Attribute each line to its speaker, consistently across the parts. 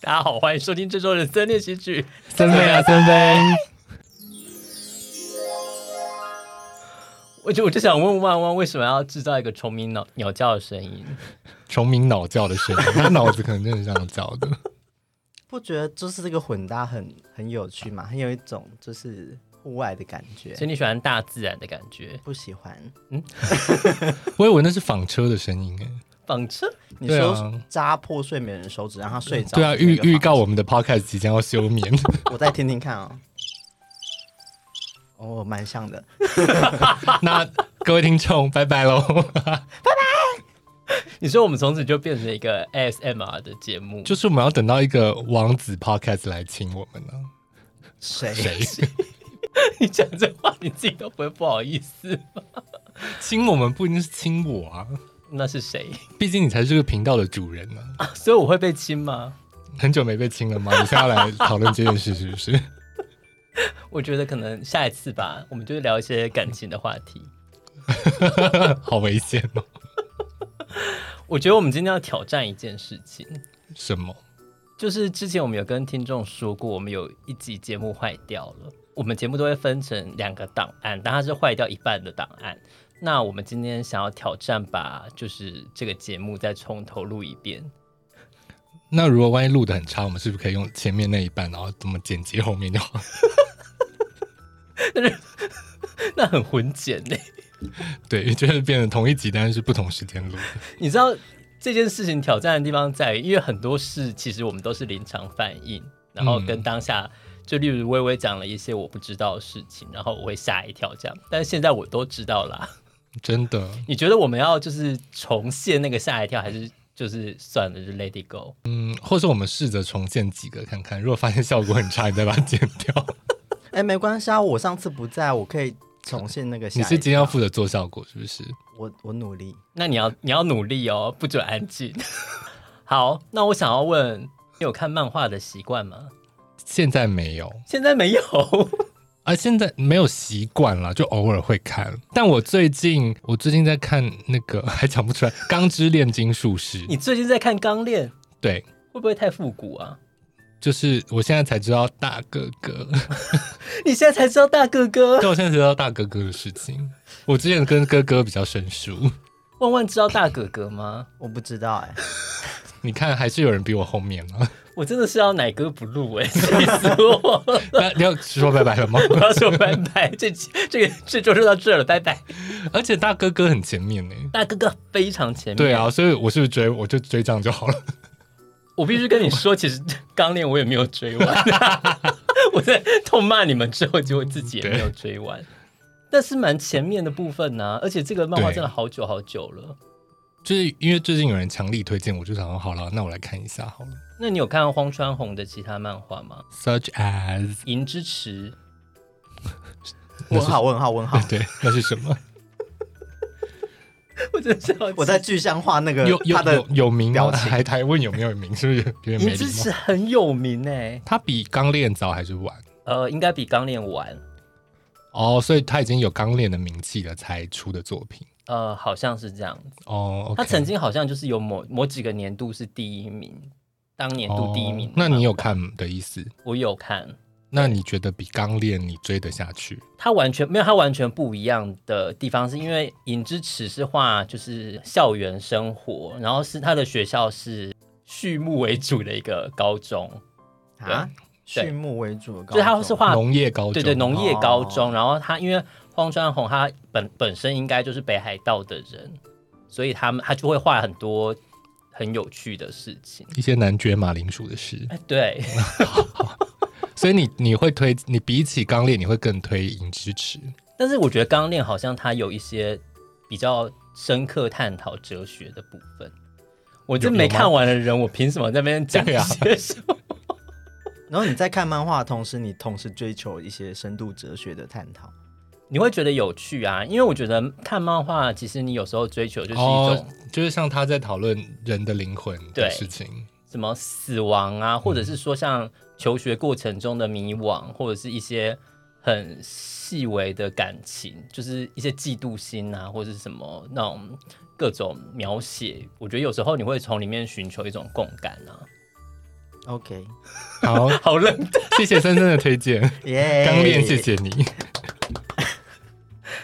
Speaker 1: 大家好，欢迎收听这周的森练习曲。
Speaker 2: 森飞 啊，森飞，
Speaker 1: 我就我就想问万万为什么要制造一个虫鸣鸟鸟叫的声音？
Speaker 2: 虫鸣鸟叫的声音，他脑子可能真的是这样叫的。
Speaker 3: 不觉得就是这个混搭很很有趣嘛？很有一种就是户外的感觉
Speaker 1: 所。以你喜欢大自然的感觉？
Speaker 3: 不喜欢
Speaker 2: 我以为那是纺车的声音哎。
Speaker 1: 纺车
Speaker 3: 你
Speaker 2: 对啊
Speaker 3: 说扎破睡美人手指让他睡着。
Speaker 2: 对啊，预预告，我们的 podcast 即将要休 眠，
Speaker 3: 我再听听看哦。哦，蛮像的，
Speaker 2: 那各位听众，拜拜喽。
Speaker 1: 你说我们从此就变成一个 ASMR 的节 目，
Speaker 2: 就是我们要等到一个王子 podcast 来请我们啊呢、
Speaker 3: 谁？
Speaker 2: 谁
Speaker 1: 你讲这话你自己都不会不好意思。
Speaker 2: 亲我们不一定是亲我啊，
Speaker 1: 那是谁？
Speaker 2: 毕竟你才是这个频道的主人呢、啊。
Speaker 1: 所以我会被亲吗？
Speaker 2: 很久没被亲了吗？你现在要来讨论这件事是不是？
Speaker 1: 我觉得可能下一次吧，我们就聊一些感情的话题。
Speaker 2: 好危险哦！
Speaker 1: 我觉得我们今天要挑战一件事情，
Speaker 2: 什么？
Speaker 1: 就是之前我们有跟听众说过，我们有一集节目坏掉了。我们节目都会分成两个档案，但它是坏掉一半的档案。那我们今天想要挑战把，就是这个节目再从头录一遍。
Speaker 2: 那如果万一录的很差，我们是不是可以用前面那一半，然后怎么剪辑后面就好？
Speaker 1: 那很混剪呢、
Speaker 2: 对， 就是变成同一集，但是是不同时间录。
Speaker 1: 你知道这件事情挑战的地方在于，因为很多事其实我们都是临场反应，然后跟当下，就例如微微讲了一些我不知道的事情，然后我会吓一跳这样。但是现在我都知道啦。
Speaker 2: 真的，
Speaker 1: 你觉得我们要就是重现那个吓一跳，还是就是算了就 let it go？
Speaker 2: 嗯，或者我们试着重建几个看看，如果发现效果很差，你再把它剪掉。
Speaker 3: 哎，没关系啊，我上次不在，我可以重现那个下
Speaker 2: 你
Speaker 3: 一条。
Speaker 2: 是今天要负责做效果，是不是？
Speaker 3: 我我努力。
Speaker 1: 那你要你要努力哦，不准安静。 好，那我想要问，你有看漫画的习惯吗？
Speaker 2: 现在没有，
Speaker 1: 现在没有，
Speaker 2: 啊，现在没有习惯了，就偶尔会看。但我最近，我最近在看那个， 还讲不出来，《钢之炼金术师
Speaker 1: 你》。最近在看《钢炼》，
Speaker 2: 对，
Speaker 1: 会不会太复古啊？
Speaker 2: 就是我现在才知道大哥哥，
Speaker 1: 你现在才知道大哥哥
Speaker 2: 对我现在才知道大哥哥的事情。我之前跟哥哥比较生疏，
Speaker 1: 万万知道大哥哥吗？
Speaker 3: 我不知道哎、
Speaker 2: 你看还是有人比我后面了。
Speaker 1: 我真的是要奶哥不录哎、气死我！
Speaker 2: 那你要说拜拜了吗？
Speaker 1: 我要说拜拜，这期这个这周就到这了，拜拜。
Speaker 2: 而且大哥哥很前面呢。
Speaker 1: 大哥哥非常前面，
Speaker 2: 对啊，所以我是不是追我就追这样就好了。
Speaker 1: 我必须跟你说，其实钢炼我也没有追 完，我在痛骂你们之后，结果自己也没有追完。但是蛮前面的部分呢、而且这个漫画
Speaker 2: 对
Speaker 1: 真的好久好久了。
Speaker 2: 就是因为最近有人强力推荐，我就想说好了，那我来看一下好了。
Speaker 1: 那你有看荒川弘的其他漫画吗？
Speaker 2: Such as，
Speaker 1: 《银之匙》
Speaker 2: 那
Speaker 3: 问
Speaker 2: 是
Speaker 3: 号问号 问号，
Speaker 2: 对，那是什么？
Speaker 1: 我真的是要
Speaker 3: 我在具象化那个
Speaker 2: 有有
Speaker 3: 他的
Speaker 2: 有有名吗
Speaker 3: 表情
Speaker 2: 还还问有没有名，是不是有点
Speaker 1: 银
Speaker 2: 没礼
Speaker 1: 之匙
Speaker 2: 貌？》
Speaker 1: 很有名哎、
Speaker 2: 他比刚练早还是晚？
Speaker 1: 呃，应该比钢炼晚，
Speaker 2: 哦，所以他已经有刚练的名气了，才出的作品。
Speaker 1: 呃，好像是这样子。
Speaker 2: 哦 o
Speaker 1: 他曾经好像就是有某某几个年度是第一名，当年度第一名、
Speaker 2: 哦那你有？看的意思？
Speaker 1: 我有看，
Speaker 2: 那你觉得比刚练你追得下去？
Speaker 1: 他完全没有，他完全不一样的地方是因为《影之匙》是画就是校园生活，然后是他的学校是畜牧为主的一个高中，
Speaker 3: 啊，
Speaker 1: 对
Speaker 3: 畜牧为主的高
Speaker 1: 就是他
Speaker 3: 中，
Speaker 1: 是画
Speaker 2: 农业高中，
Speaker 1: 对对农业高中，然后他因为荒川弘他本本身应该就是北海道的人，所以他们他就会画很多很有趣的事情。
Speaker 2: 一些男爵马铃薯的事。
Speaker 1: 哎，对，
Speaker 2: 所以你你会推你比起刚烈，你会更推银之匙。
Speaker 1: 但是我觉得《钢炼》好像它有一些比较深刻探讨哲学的部分。我这
Speaker 2: 有
Speaker 1: 没
Speaker 2: 有吗
Speaker 1: 看完的人，我凭什么在那边 讲
Speaker 2: 对啊
Speaker 1: 些什么？
Speaker 3: 然后你在看漫画的同时，你同时追求一些深度哲学的探讨。
Speaker 1: 你会觉得有趣啊，因为我觉得看漫画，其实你有时候追求就是一种，
Speaker 2: 就是像他在讨论人的灵魂
Speaker 1: 对
Speaker 2: 的事情。
Speaker 1: 什么死亡
Speaker 2: 嗯
Speaker 1: 啊，或者是说像求学过程中的迷惘，或者是一些很细微的感情，就是一些嫉妒心啊，或者是什么那种各种描写。我觉得有时候你会从里面寻求一种共感啊。
Speaker 3: OK，
Speaker 2: 好，
Speaker 1: 好冷淡，
Speaker 2: 谢谢森森的 推荐，
Speaker 1: 哎
Speaker 3: 耶、
Speaker 2: 刚练，谢谢你。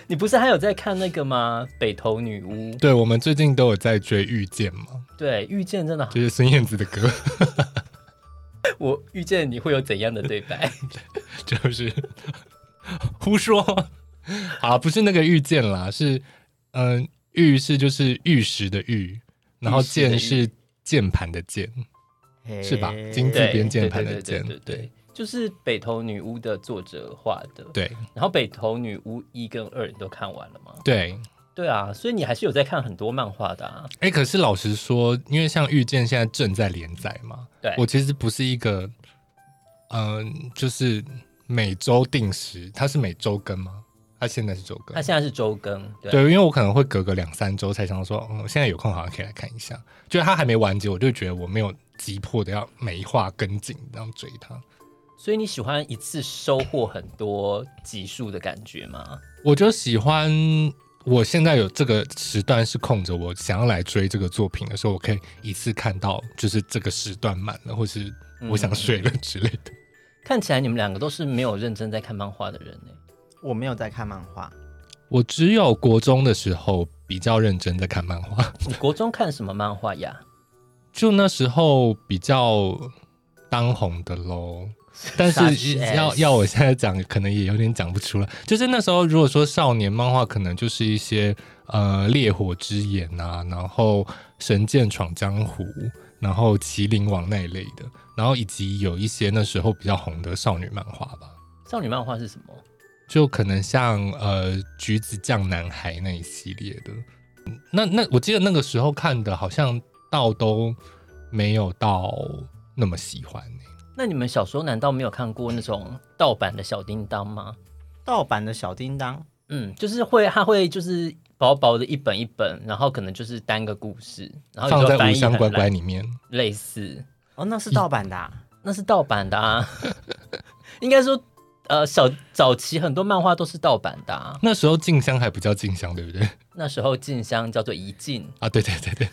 Speaker 1: 你不是还有在看那个吗？北投女巫，
Speaker 2: 对我们最近都有在追《遇见》嘛，
Speaker 1: 对，遇见真的好，
Speaker 2: 就是孙燕姿的歌，
Speaker 1: 我遇见你会有怎样的对白？
Speaker 2: 就是胡说。好，不是那个遇见啦，是嗯，玉是就是玉石的玉，然后
Speaker 1: 玉石的
Speaker 2: 键
Speaker 1: 玉
Speaker 2: 是键盘的键，是吧
Speaker 3: 嘿
Speaker 2: 经济自
Speaker 1: 对，
Speaker 2: 编键
Speaker 1: 对
Speaker 2: 盘的
Speaker 1: 对对
Speaker 2: 键
Speaker 1: 对对
Speaker 2: 对
Speaker 1: 对，就是北投女巫的作者画的。
Speaker 2: 对
Speaker 1: 然后北投女巫一跟二你都看完了吗？
Speaker 2: 对。
Speaker 1: 对啊，所以你还是有在看很多漫画的啊。
Speaker 2: 哎、可是老实说，因为像《遇见》现在正在连载嘛，
Speaker 1: 对
Speaker 2: 我其实不是一个，嗯、就是每周定时，它是每周更吗？它现在是周更
Speaker 1: 它，现在是周更，对
Speaker 2: 对，因为我可能会隔个两三周才想说，嗯，我现在有空好像可以来看一下。就是它还没完结，我就觉得我没有急迫的要每一话跟进，这样追它。
Speaker 1: 所以你喜欢一次收获很多集数的感觉吗？
Speaker 2: 我就喜欢我现在有这个时段是空着，我想要来追这个作品的时候，我可以一次看到，就是这个时段满了，或是我想睡了之类的。
Speaker 1: 看起来你们两个都是没有认真在看漫画的人呢、
Speaker 3: 我没有在看漫画，
Speaker 2: 我只有国中的时候比较认真在看漫画，
Speaker 1: 你国中看什么漫画呀？
Speaker 2: 就那时候比较当红的喽。但是
Speaker 1: Such as
Speaker 2: 要要我现在讲，可能也有点讲不出来。就是那时候，如果说少年漫画，可能就是一些呃《烈火之眼》啊，然后《神剑闯江湖》，然后《麒麟王》那一类的，然后以及有一些那时候比较红的少女漫画吧，
Speaker 1: 少女漫画是什么？
Speaker 2: 就可能像呃《橘子酱男孩》那一系列的。嗯那那我记得那个时候看的，好像到都没有到那么喜欢、欸。
Speaker 1: 那你们小时候难道没有看过那种盗版的小叮当吗？
Speaker 3: 盗版的小叮当，
Speaker 1: 嗯，就是会，它会就是薄薄的一本一本，然后可能就是单个故事，然后有
Speaker 2: 放
Speaker 1: 时候
Speaker 2: 在
Speaker 1: 翻
Speaker 2: 五
Speaker 1: 译很
Speaker 2: 香
Speaker 1: 烂
Speaker 2: 乖乖里面。
Speaker 1: 类似，
Speaker 3: 哦，那是盗版的、啊，
Speaker 1: 那是盗版的啊。 应该说，呃，小早期很多漫画都是盗版的、啊。
Speaker 2: 那时候静香还不叫静香，对不对？
Speaker 1: 那时候静香叫做一静，
Speaker 2: 啊，对对 对对，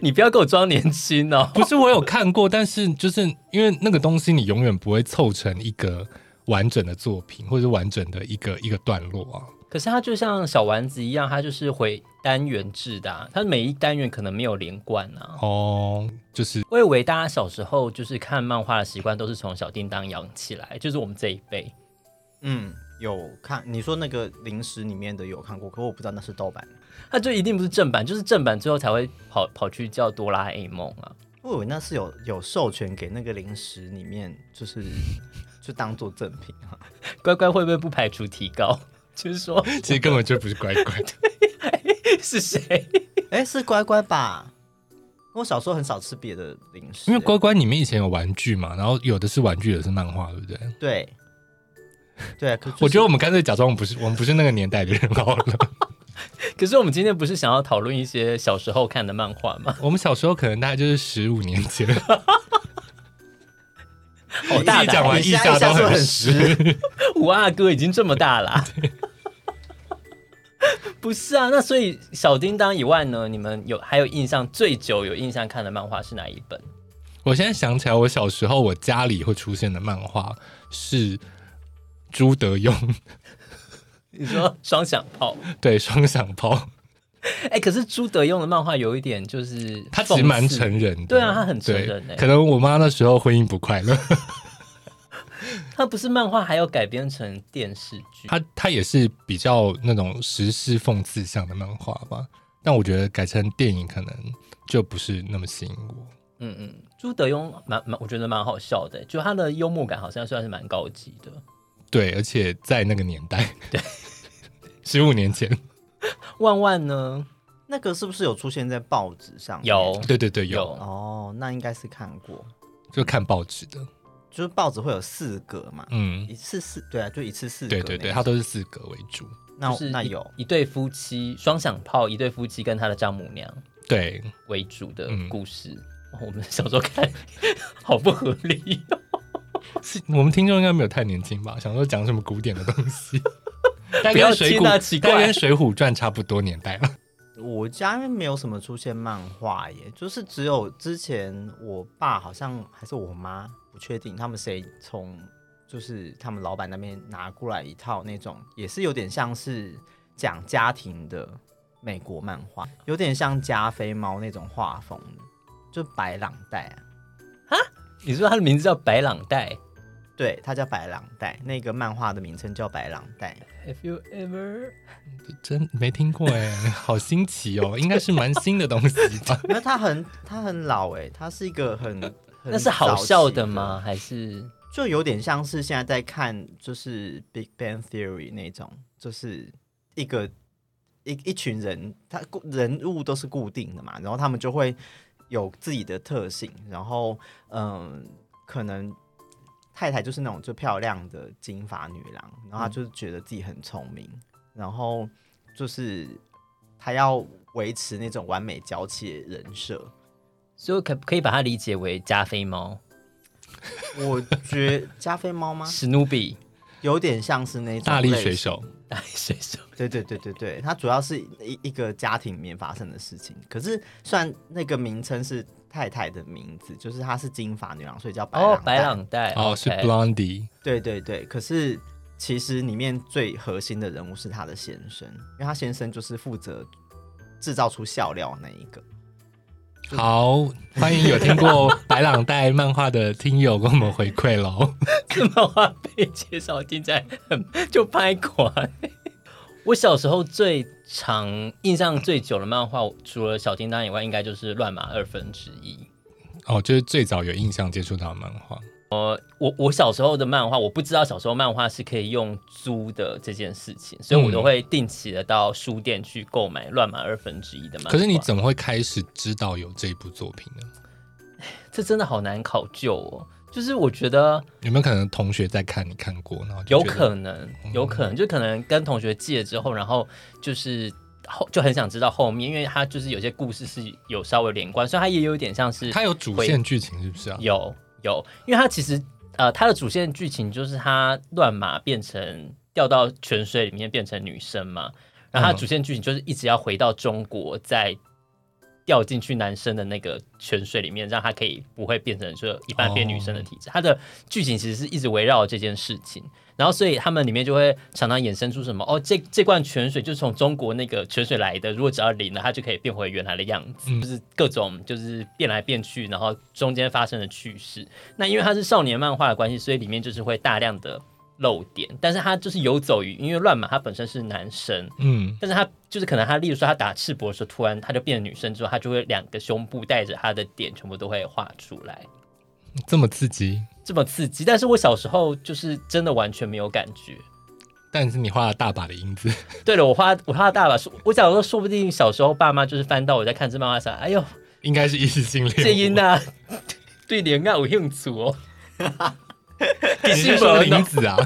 Speaker 1: 你不要给我装年轻哦。
Speaker 2: 不是我有看过，但是就是因为那个东西，你永远不会凑成一个完整的作品，或者是完整的一个一个段落啊。
Speaker 1: 可是它就像小丸子一样，它就是回单元制的、啊，它每一单元可能没有连贯啊。
Speaker 2: 哦，就是
Speaker 1: 我以为大家小时候就是看漫画的习惯都是从小叮当养起来，就是我们这一辈。
Speaker 3: 嗯，有看，你说那个零食里面的有看过，可我不知道那是盗版的，
Speaker 1: 它就一定不是正版，就是正版最后才会跑跑去叫哆啦 A 梦啊。
Speaker 3: 我以为那是有有授权给那个零食里面，就是 就当做赠品啊。
Speaker 1: 乖乖会不会不排除提高？ 就是说
Speaker 2: 其实根本就不是乖乖的。
Speaker 1: 是谁？
Speaker 3: 哎、是乖乖吧？我小时候很少吃别的零食、
Speaker 2: 因为乖乖里面以前有玩具嘛，然后有的是玩具，有的是漫画，对不对？
Speaker 3: 对对，啊可、就是、
Speaker 2: 我觉得我们干脆假装我们不是我们不是那个年代的人好了。
Speaker 1: 可是我们今天不是想要讨论一些小时候看的漫画 吗？
Speaker 2: 我们小时候可能大概就是十五年前，
Speaker 1: 好 大
Speaker 2: 一讲
Speaker 1: 胆！
Speaker 2: 完
Speaker 3: 你现在一下
Speaker 2: 都
Speaker 3: 说
Speaker 2: 很
Speaker 3: 很
Speaker 2: 实。
Speaker 1: 五阿哥已经这么大啦、不是啊，那所以小叮当以外呢，你们有还有印象最久有印象看的漫画是哪一本？
Speaker 2: 我现在想起来，我小时候我家里会出现的漫画是朱德庸
Speaker 1: 你说双响炮？
Speaker 2: 对双响炮，
Speaker 1: 哎、可是朱德庸的漫画有一点就是
Speaker 2: 他其实蛮
Speaker 1: 讽刺
Speaker 2: 成人的，
Speaker 1: 对啊他很成人
Speaker 2: 对
Speaker 1: 欸
Speaker 2: 可能我妈那时候婚姻不快乐，
Speaker 1: 它不是漫画，还有改编成电视剧。
Speaker 2: 她她也是比较那种时事讽刺向的漫画吧。但我觉得改成电影可能就不是那么吸引我。
Speaker 1: 嗯嗯，朱德庸蛮蛮，我觉得蛮好笑的，欸就他的幽默感好像算是蛮高级的。
Speaker 2: 对，而且在那个年代，对， 十五年前，
Speaker 1: 万万呢？
Speaker 3: 那个是不是有出现在报纸上？
Speaker 1: 有
Speaker 2: 对对对，有
Speaker 1: 有
Speaker 3: 哦，那应该是看过，
Speaker 2: 就看报纸的，
Speaker 3: 就是报纸会有四格嘛，
Speaker 2: 嗯，
Speaker 3: 一次四对啊，就一次四格那
Speaker 2: 对对
Speaker 3: 种。
Speaker 2: 对，它都是四格为主，
Speaker 3: 那
Speaker 1: 就是
Speaker 3: 那
Speaker 1: 一
Speaker 3: 有
Speaker 1: 一对夫妻双响炮，一对夫妻跟他的丈母娘
Speaker 2: 对，
Speaker 1: 为主的
Speaker 2: 嗯
Speaker 1: 故事。哦我们小时候看，好不合理、哦
Speaker 2: 是我们听众应该没有太年轻吧？想说讲什么古 典的东西，但
Speaker 1: 不要
Speaker 2: 跟水
Speaker 1: 听啊
Speaker 2: 浒
Speaker 1: 奇
Speaker 2: 但
Speaker 1: 怪
Speaker 2: 跟水浒传差不多年代了。
Speaker 3: 我我家因为没有什么出现漫画耶，就是只有之前我爸好像还是我妈，不确定他们谁从就是他们老板那边拿过来一套那种，也是有点像是讲家庭的美国漫画，有点像加菲猫那种画风的，就白朗带啊，
Speaker 1: 你说他的名字叫白朗带
Speaker 3: 对，它叫白朗带，那个漫画的名称叫白朗带。
Speaker 1: ？Have you ever？
Speaker 2: 真没听过哎，好新奇哦，应该是蛮新的东西吧？
Speaker 3: 因为他很他很老哎、他是一个很很
Speaker 1: 那是好笑的
Speaker 3: 早
Speaker 1: 吗？还是
Speaker 3: 期的？就有点像是现在在看就是《Big Bang Theory》那种，就是一个一一群人，他固人物都是固定的嘛，然后他们就会有自己的特性，然后嗯、可能。太太就是那种就漂亮的金发女郎，然后她就是觉得自己很聪明，然后就是她要维持那种完美娇气的人设，
Speaker 1: 所以可可以把它理解为加菲猫、
Speaker 3: 我觉加菲猫吗？
Speaker 1: 史努比、
Speaker 3: 有点像是那种
Speaker 2: 大力
Speaker 3: 类
Speaker 2: 水
Speaker 3: 型。
Speaker 2: 手，
Speaker 1: 大力水手。
Speaker 3: 对对对对对，它主要是一一个家庭里面发生的事情。可是虽然那个名称是太太的名字，就是她是金发女郎，所以叫白
Speaker 1: 哦
Speaker 3: 狼。，
Speaker 1: 白。朗带
Speaker 2: 哦，是
Speaker 1: OK
Speaker 2: Blondie，
Speaker 3: 对对对，可是其实里面最核心的人物是她的先生，因为她先生就是负责制造出笑料那一个。
Speaker 2: 好，欢迎有听过白朗带漫画的听友跟我们回馈喽。
Speaker 1: 这漫画被介绍听起来很就拍垮。我小时候最长印象最久的漫画，除了小叮当以外，应该就是《乱马二分之一》。
Speaker 2: 哦，就是最早有印象接触到的漫画，
Speaker 1: 我我小时候的漫画，我不知道小时候漫画是可以用租的这件事情，所
Speaker 2: 嗯
Speaker 1: 以我都会定期的到书店去购买《乱马二分之一》的漫画。
Speaker 2: 可是你怎么会开始知道有这部作品呢？
Speaker 1: 这真的好难考究哦。就是我觉得
Speaker 2: 有没有可能同学在看你看过，然后就
Speaker 1: 有
Speaker 2: 觉得嗯
Speaker 1: 可能，有可能就可能跟同学借之后，然后就是后就很想知道后面，因为它就是有些故事是有稍微连贯，所以它也有点像是
Speaker 2: 它有主线剧情是不是啊？
Speaker 1: 有有，因为它其实呃它的主线剧情就是它乱马变成掉到泉水里面变成女生嘛，然后它
Speaker 2: 嗯
Speaker 1: 主线剧情就是一直要回到中国再。掉进去男生的那个泉水里面，让他可以不会变成说一半变女生的体质。它的剧情其实是一直围绕这件事情，然后所以他们里面就会常常衍生出什么哦，这这罐泉水就是从中国那个泉水来的，如果只要淋了，它就可以变回原来的样子，就是各种就是变来变去，然后中间发生的趣事。那因为它是少年漫画的关系，所以里面就是会大量的露点，但是它就是游走于，因为乱马它本身是男生，
Speaker 2: 嗯，
Speaker 1: 但是他就是可能他，例如说他打赤膊的时候，突然他就变成女生之后，他就会两个胸部带着他的点全部都会画出来，
Speaker 2: 这么刺激，
Speaker 1: 这么刺激。但是我小时候就是真的完全没有感觉。
Speaker 2: 但是你画了大把的影子，
Speaker 1: 对了，我画我画大把书，我小时候说不定小时候爸妈就是翻到我在看这漫画啥，哎呦，
Speaker 2: 应该是异性恋。
Speaker 1: 这音呐、对脸啊有兴趣哦。
Speaker 2: 你 是说林子啊？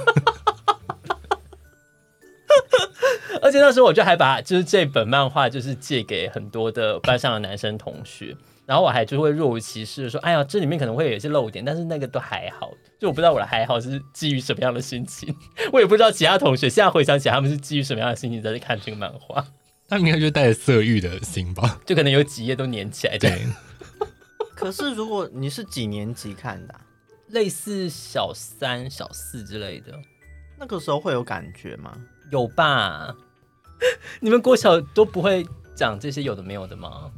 Speaker 1: 而且那时候我就还把就是这本漫画就是借给很多的班上的男生同学，然后我还就会若无其事的说，哎呀，这里面可能会有一些漏点，但是那个都还好，就我不知道我的还好是基于什么样的心情， 我也不知道其他同学现在回想起来他们是基于什么样的心情在看这个漫画，
Speaker 2: 他们应该就带着色欲的心 吧？
Speaker 1: 就可能有几页都粘起来，
Speaker 2: 对，
Speaker 3: 可是如果你是几年级看的啊、
Speaker 1: 类似小三、小四之类的，
Speaker 3: 那个时候会有感觉吗？
Speaker 1: 有吧？ 你们国小都不会讲这些有的没有的吗？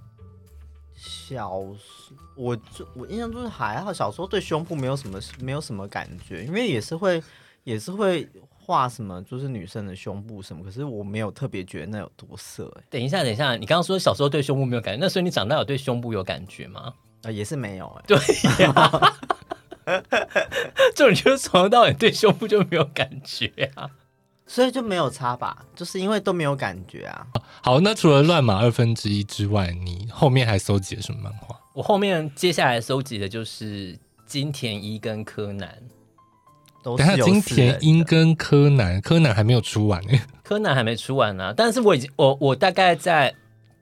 Speaker 3: 小时，我就我印象中是还好，小时候对胸部没有什么没有什么感觉，因为也是会也是会画什么，就是女生的胸部什么，可是我没有特别觉得那有多色、欸，
Speaker 1: 等一下，等一下，你刚刚说小时候对胸部没有感觉，那所以你长大有对胸部有感觉吗？
Speaker 3: 呃，也是没有、欸，
Speaker 1: 对呀、 这种就是从头到尾对胸部就没有感觉啊。
Speaker 3: 所以就没有差吧，就是因为都没有感觉啊。
Speaker 2: 好，那除了乱码二分之一之外，你后面还搜集了什么漫画？
Speaker 1: 我后面接下来搜集的就是金田一跟柯南，
Speaker 3: 都
Speaker 2: 等一
Speaker 3: 是
Speaker 2: 下，
Speaker 3: 有
Speaker 2: 金
Speaker 3: 私人
Speaker 2: 田
Speaker 3: 的
Speaker 2: 一跟柯南，柯南还没有出完呢。
Speaker 1: 柯南还没出完呢、啊但是我已经我我大概在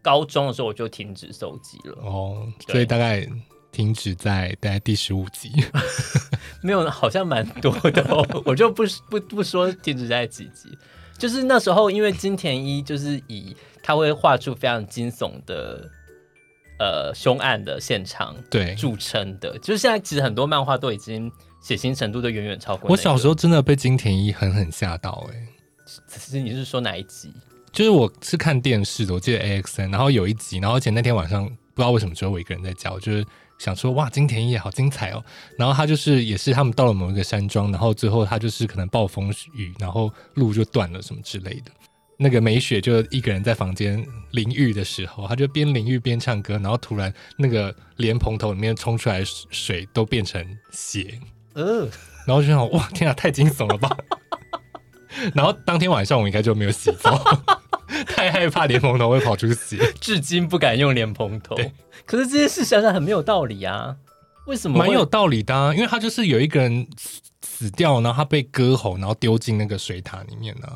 Speaker 1: 高中的时候我就停止搜集了，
Speaker 2: 哦，
Speaker 1: 对
Speaker 2: 所以大概停止在大概第十五集。
Speaker 1: 没有好像蛮多的、哦，我就不不不说停止在几集。就是那时候，因为金田一就是以他会画出非常惊悚的呃凶案的现场
Speaker 2: 对，
Speaker 1: 著称的，就是现在其实很多漫画都已经血腥程度都远远超过、
Speaker 2: 我小时
Speaker 1: 候，
Speaker 2: 候真的被金田一狠狠吓到、欸，
Speaker 1: 其实你是说哪一集？
Speaker 2: 就是我是看电视的，我记得 A X N，然后有一集，然后而且那天晚上不知道为什么只有我一个人在家，我就是想说哇，金田一也好精彩哦。然后他就是也是他们到了某一个山庄，然后最后他就是可能暴风雨，然后路就断了什么之类的。那个美雪就一个人在房间淋浴的时候，她就边淋浴边唱歌，然后突然那个莲蓬头里面冲出来的水都变成血，
Speaker 1: 呃，
Speaker 2: 然后就想哇天啊，太惊悚了吧！ 然后当天晚上我应该就没有洗澡， 太害怕莲蓬头会跑出血，
Speaker 1: 至今不敢用莲蓬头。可是这件事想想很没有道理啊，为什么会
Speaker 2: 蛮有道理的、啊，因为他就是有一个人死死掉，然后他被割喉，然后丢进那个水塔里面呢、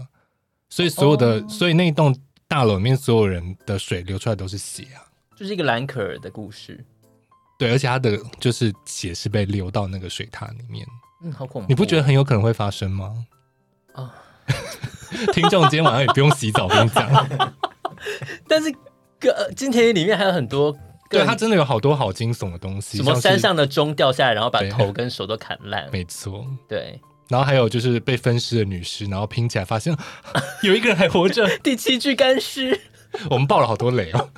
Speaker 2: 所以所有的，所以那一栋大楼里面所有人的水流出来都是血啊，
Speaker 1: 就是一个蓝可儿的故事？
Speaker 2: 对，而且他的就是血是被流到那个水塔里面，
Speaker 1: 嗯，好恐怖。
Speaker 2: 你不觉得很有可能会发生吗？
Speaker 1: 啊
Speaker 2: 啊， 听众今天晚上也不用洗澡，我跟你讲。
Speaker 1: 但是个呃金田一里面还有很多
Speaker 2: 对，
Speaker 1: 更
Speaker 2: 它真的有好多好惊悚的东西，
Speaker 1: 什么
Speaker 2: 像是
Speaker 1: 山，上的钟掉下来，然后把
Speaker 2: 对
Speaker 1: 头跟手都砍烂。
Speaker 2: 没错。
Speaker 1: 对，
Speaker 2: 然后还有就是被分尸的女尸，然后拼起来发现 有一个人还活着，
Speaker 1: 第七具干尸，
Speaker 2: 我们爆了好多雷哦。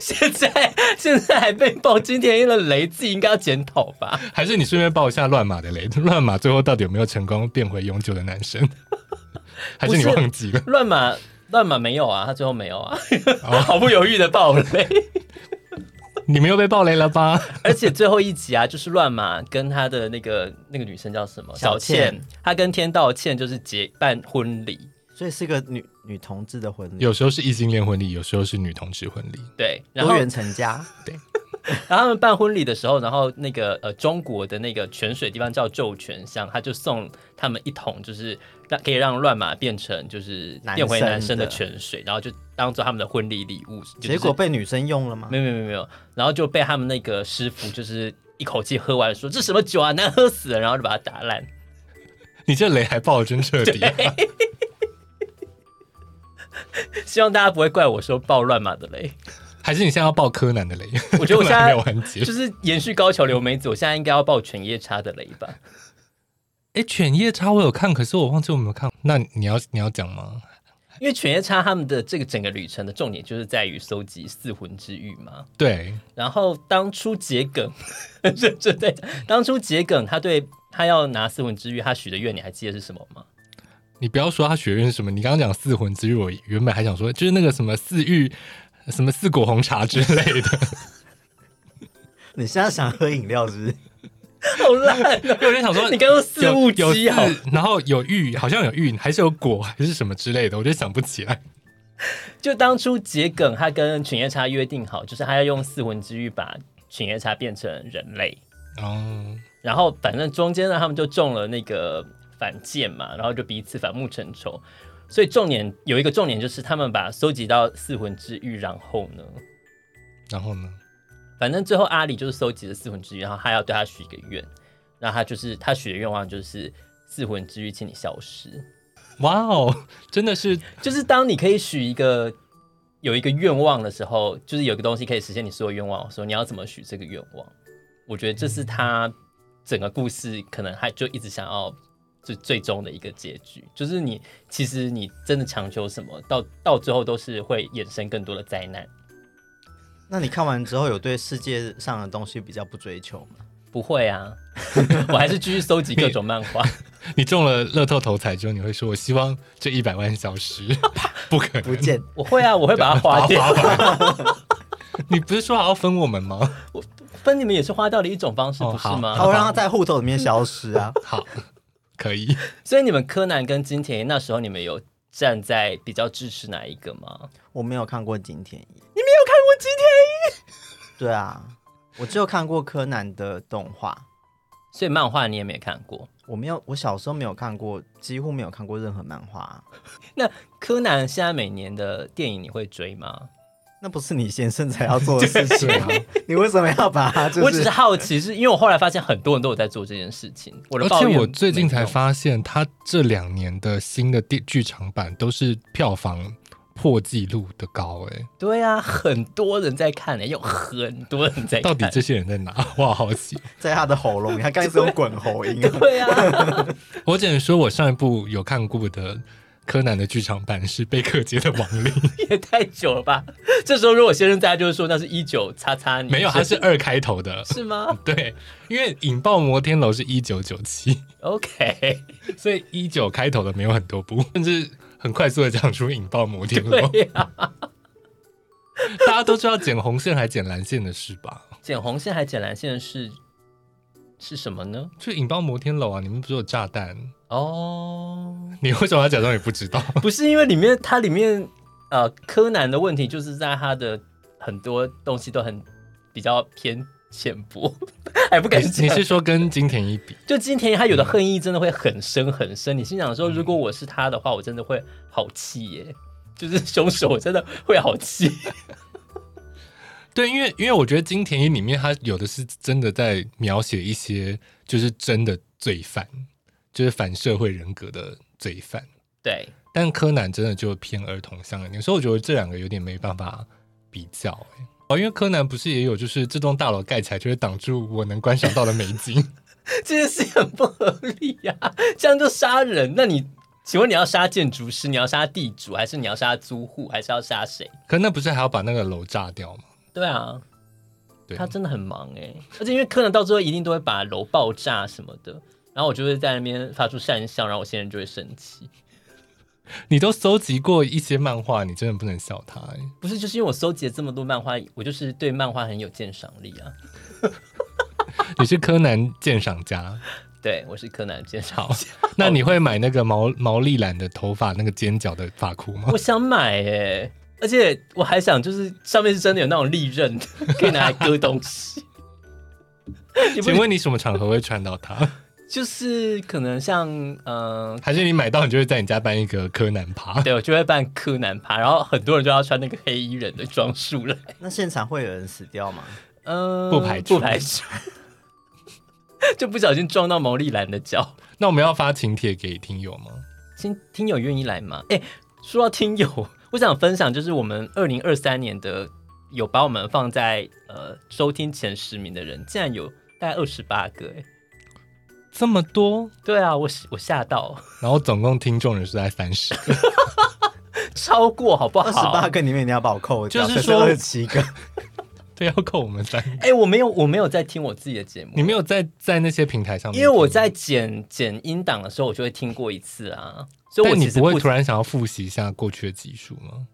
Speaker 1: 现在现在还被爆金田一的雷，自己应该要检讨吧？
Speaker 2: 还是你顺便爆一下乱码的雷， 乱码最后到底有没有成功变回永久的男生？ 还是你
Speaker 1: 不是
Speaker 2: 忘记了？
Speaker 1: 乱码乱码没有啊，他最后没有啊，
Speaker 3: 哦
Speaker 1: 毫不犹豫的爆雷。
Speaker 2: 你没有被爆雷了吧？
Speaker 1: 而且最后一集啊，就是乱马跟他的那个那个女生叫什么
Speaker 3: 小
Speaker 1: 倩，
Speaker 3: 倩
Speaker 1: 她跟天道歉就是结办婚礼，
Speaker 3: 所以是个女女同志的婚礼，
Speaker 2: 有时候是异性恋婚礼，有时候是女同志婚礼。
Speaker 1: 对，然后
Speaker 3: 多元
Speaker 1: 然
Speaker 3: 成家，
Speaker 1: 后他们办婚礼的时候，然后那个呃中国的那个泉水地方叫咒泉乡，他就送他们一桶，就是让可以让乱马变成就是
Speaker 3: 男
Speaker 1: 变回
Speaker 3: 生
Speaker 1: 男生
Speaker 3: 的
Speaker 1: 的泉水，然后就当做他们的婚礼礼物，就是
Speaker 3: 结果被女生用了吗
Speaker 1: 没？有没有没有没有，然后就被他们那个师傅就是一口气喝完，说这什么酒啊，难喝死了，然后就把它打烂。
Speaker 2: 你这雷还爆的真彻底、 啊，
Speaker 1: 希望大家不会怪我说爆乱马的雷。
Speaker 2: 还是你现在要爆柯南的雷？
Speaker 1: 我觉得我
Speaker 2: 柯
Speaker 1: 现
Speaker 2: 南
Speaker 1: 在
Speaker 2: 还没有完结。
Speaker 1: 就是延续高桥留美子，我现在应该要爆犬夜叉的雷吧？
Speaker 2: 哎，犬夜叉我有看，可是我忘记我有没有看。那你要你要讲吗？
Speaker 1: 因为犬夜叉他们的这个整个旅程的重点就是在于搜集四魂之玉嘛。
Speaker 2: 对，
Speaker 1: 然后当初桔梗， 认真在讲当初桔梗他对他要拿四魂之玉，他许的愿你还记得是什么吗？
Speaker 2: 你不要说他学院是什么，你刚刚讲四魂之玉，我原本还想说就是那个什么四玉、什么四果红茶之类的，
Speaker 3: 你现在想喝饮料是不 是？
Speaker 1: 好烂啊！
Speaker 2: 因为我就想说
Speaker 1: 你刚刚四物
Speaker 2: 有
Speaker 1: 机好
Speaker 2: 有，四啊然后有玉，好像有玉，还是有果，还是什么之类的，我就想不起来。
Speaker 1: 就当初桔梗他跟犬夜叉约定好，就是他要用四魂之玉把犬夜叉变成人类。
Speaker 2: 哦，
Speaker 1: 然后反正中间呢，他们就中了那个反间嘛，然后就彼此反目成仇。所以重点有一个重点就是，他们把搜集到四魂之玉，然后呢，
Speaker 2: 然后呢？
Speaker 1: 反正最后阿里就是搜集了四魂之玉，然后他要对他许一个愿，然后他就是他许的愿望就是四魂之玉，请你消失。
Speaker 2: 哇哦，真的是
Speaker 1: 就是当你可以许一个有一个愿望的时候，就是有个东西可以实现你所有愿望的时候，你要怎么许这个愿望？我觉得这是他整个故事可能还就一直想要最最终的一个结局，就是你其实你真的强求什么，到到最后都是会衍生更多的灾难。
Speaker 3: 那你看完之后有对世界上的东西比较不追求吗？
Speaker 1: 不会 啊，我还是继续搜集各种漫画。
Speaker 2: 你中了乐透头彩之后，你会说我希望这一百万消 失，不可能
Speaker 3: 不见，
Speaker 1: 我会啊，我会把它花掉。
Speaker 2: 你不是说还要分我们吗？
Speaker 1: 分你们也是花掉的一种方式，
Speaker 2: 哦
Speaker 1: 不是
Speaker 2: 好
Speaker 1: 吗？
Speaker 3: 他会让它在户头里面消失啊。
Speaker 2: 好，可以。
Speaker 1: 所以你们柯南跟金田一那时候你们有站在比较支持哪一个吗？
Speaker 3: 我没有看过金田一，
Speaker 1: 你没有看过金田
Speaker 3: 对啊，我只有看过柯南的动画，
Speaker 1: 一，所以漫画你也没看过。
Speaker 3: 我没有，我小时候没有看过，几乎没有看过任何漫画啊、
Speaker 1: 那柯南现在每年的电影你会追吗？
Speaker 3: 那不是你先生才要做的事情 啊！你为什么要把它？就
Speaker 1: 我只是
Speaker 3: 是
Speaker 1: 好奇，是因为我后来发现很多人都有在做这件事情。我的
Speaker 2: 而
Speaker 1: 抱
Speaker 2: 且
Speaker 1: 怨，
Speaker 2: 我最近才，发现，他这两年的新的电剧场版都是票房破纪录的高、欸，
Speaker 1: 对啊，很多人在看呢、有很多人在看。
Speaker 2: 到底这些人在哪？我好好 奇。
Speaker 3: 在他的喉咙，他刚才是用滚喉音啊。
Speaker 1: 对啊，
Speaker 2: 我只能说，我上一部有看过的柯南的剧场版是《贝克街的亡 灵》，
Speaker 1: 也太久了吧？这时候如果先生在，就是说那是一九叉叉年，
Speaker 2: 没有，它是嗯二开头 的。
Speaker 1: 是吗
Speaker 2: 对，因为引爆摩天楼是一九九七，
Speaker 1: ？OK，
Speaker 2: 所以一九开头的没有很多部，甚至很快速的讲出引爆摩天楼。
Speaker 1: 对啊呀、
Speaker 2: 大家都知道剪红线还剪蓝线的事吧？
Speaker 1: 剪红线还剪蓝线是是什么呢？
Speaker 2: 就引爆摩天楼啊！你们不是有炸弹？
Speaker 1: 哦、
Speaker 2: 你为什么要假装你不知 道？
Speaker 1: 不是因为里面它里面呃柯南的问题就是在他的很多东西都很比较偏浅薄， 还不敢 嗯
Speaker 2: 你
Speaker 1: 讲。
Speaker 2: 你是说跟金田一比？
Speaker 1: 哎就金田一他有的恨意真的会很深很深，你心想说如果我是他的话，我真的会好气耶。就是凶手，我真的会好气。
Speaker 2: 对，因为因为我觉得金田一里面他有的是真的在描写一些就是真的罪犯，就是反社会人格的罪犯，
Speaker 1: 对，
Speaker 2: 但柯南真的就偏儿童向一点，所以我觉得这两个有点没办法比较、欸。哦，因为柯南不是也有，就是这栋大楼盖起来就会挡住我能观赏到的美 景。
Speaker 1: 这件事很不合理呀、这样就杀人。那你请问你要杀建筑师，你要杀地主，还是你要杀租户，还是要杀谁？
Speaker 2: 可那不是还要把那个楼炸掉吗？
Speaker 1: 对啊，
Speaker 2: 对
Speaker 1: 他真的很忙哎、而且因为柯南到最后一定都会把楼爆炸什么的，然后我就会在那边发出讪笑，然后我现在就会生气。
Speaker 2: 你都搜集过一些漫画，你真的不能笑他、欸。
Speaker 1: 不是，就是因为我搜集了这么多漫画，我就是对漫画很有鉴赏力啊。
Speaker 2: 你是柯南鉴赏家，
Speaker 1: 对，我是柯南鉴赏
Speaker 2: 好，那你会买那个毛毛利兰的头发那个尖角的发箍吗？
Speaker 1: 我想买哎、而且我还想就是上面是真的有那种利 刃的，可以拿来割东西。你不
Speaker 2: 请问你什么场合会穿到它？
Speaker 1: 就是可能像嗯、
Speaker 2: 还是你买到你就会在你家办一个柯南趴？
Speaker 1: 对我就会扮柯南趴，然后很多人就要穿那个黑衣人的装束了。
Speaker 3: 那现场会有人死掉吗？
Speaker 1: 嗯，
Speaker 2: 不排除
Speaker 1: 不排除， 就不小心撞到毛利兰的脚。
Speaker 2: 那我们要发请帖给听友吗？
Speaker 1: 听听友愿意来吗？哎、说到听友， 我想分享就是我们二零二三年的有把我们放在呃收听前十名的人，竟然有大概二十八个哎、
Speaker 2: 这么多，
Speaker 1: 对啊，我我吓到，
Speaker 2: 然后总共听众人数在三十，
Speaker 1: 超过好不好？
Speaker 3: 二十八个里面你要把我扣掉，
Speaker 2: 就是说
Speaker 3: 二十 七个，
Speaker 2: 对，要扣我们三个。
Speaker 1: 哎、我没有我没有在听我自己的节目，
Speaker 2: 你没有在在那些平台上面
Speaker 1: 因
Speaker 2: 听，
Speaker 1: 为我在剪剪音档的时候，我就会听过一次啊，所以我
Speaker 2: 但你
Speaker 1: 其实
Speaker 2: 不会突然想要复习一下过去的集数吗？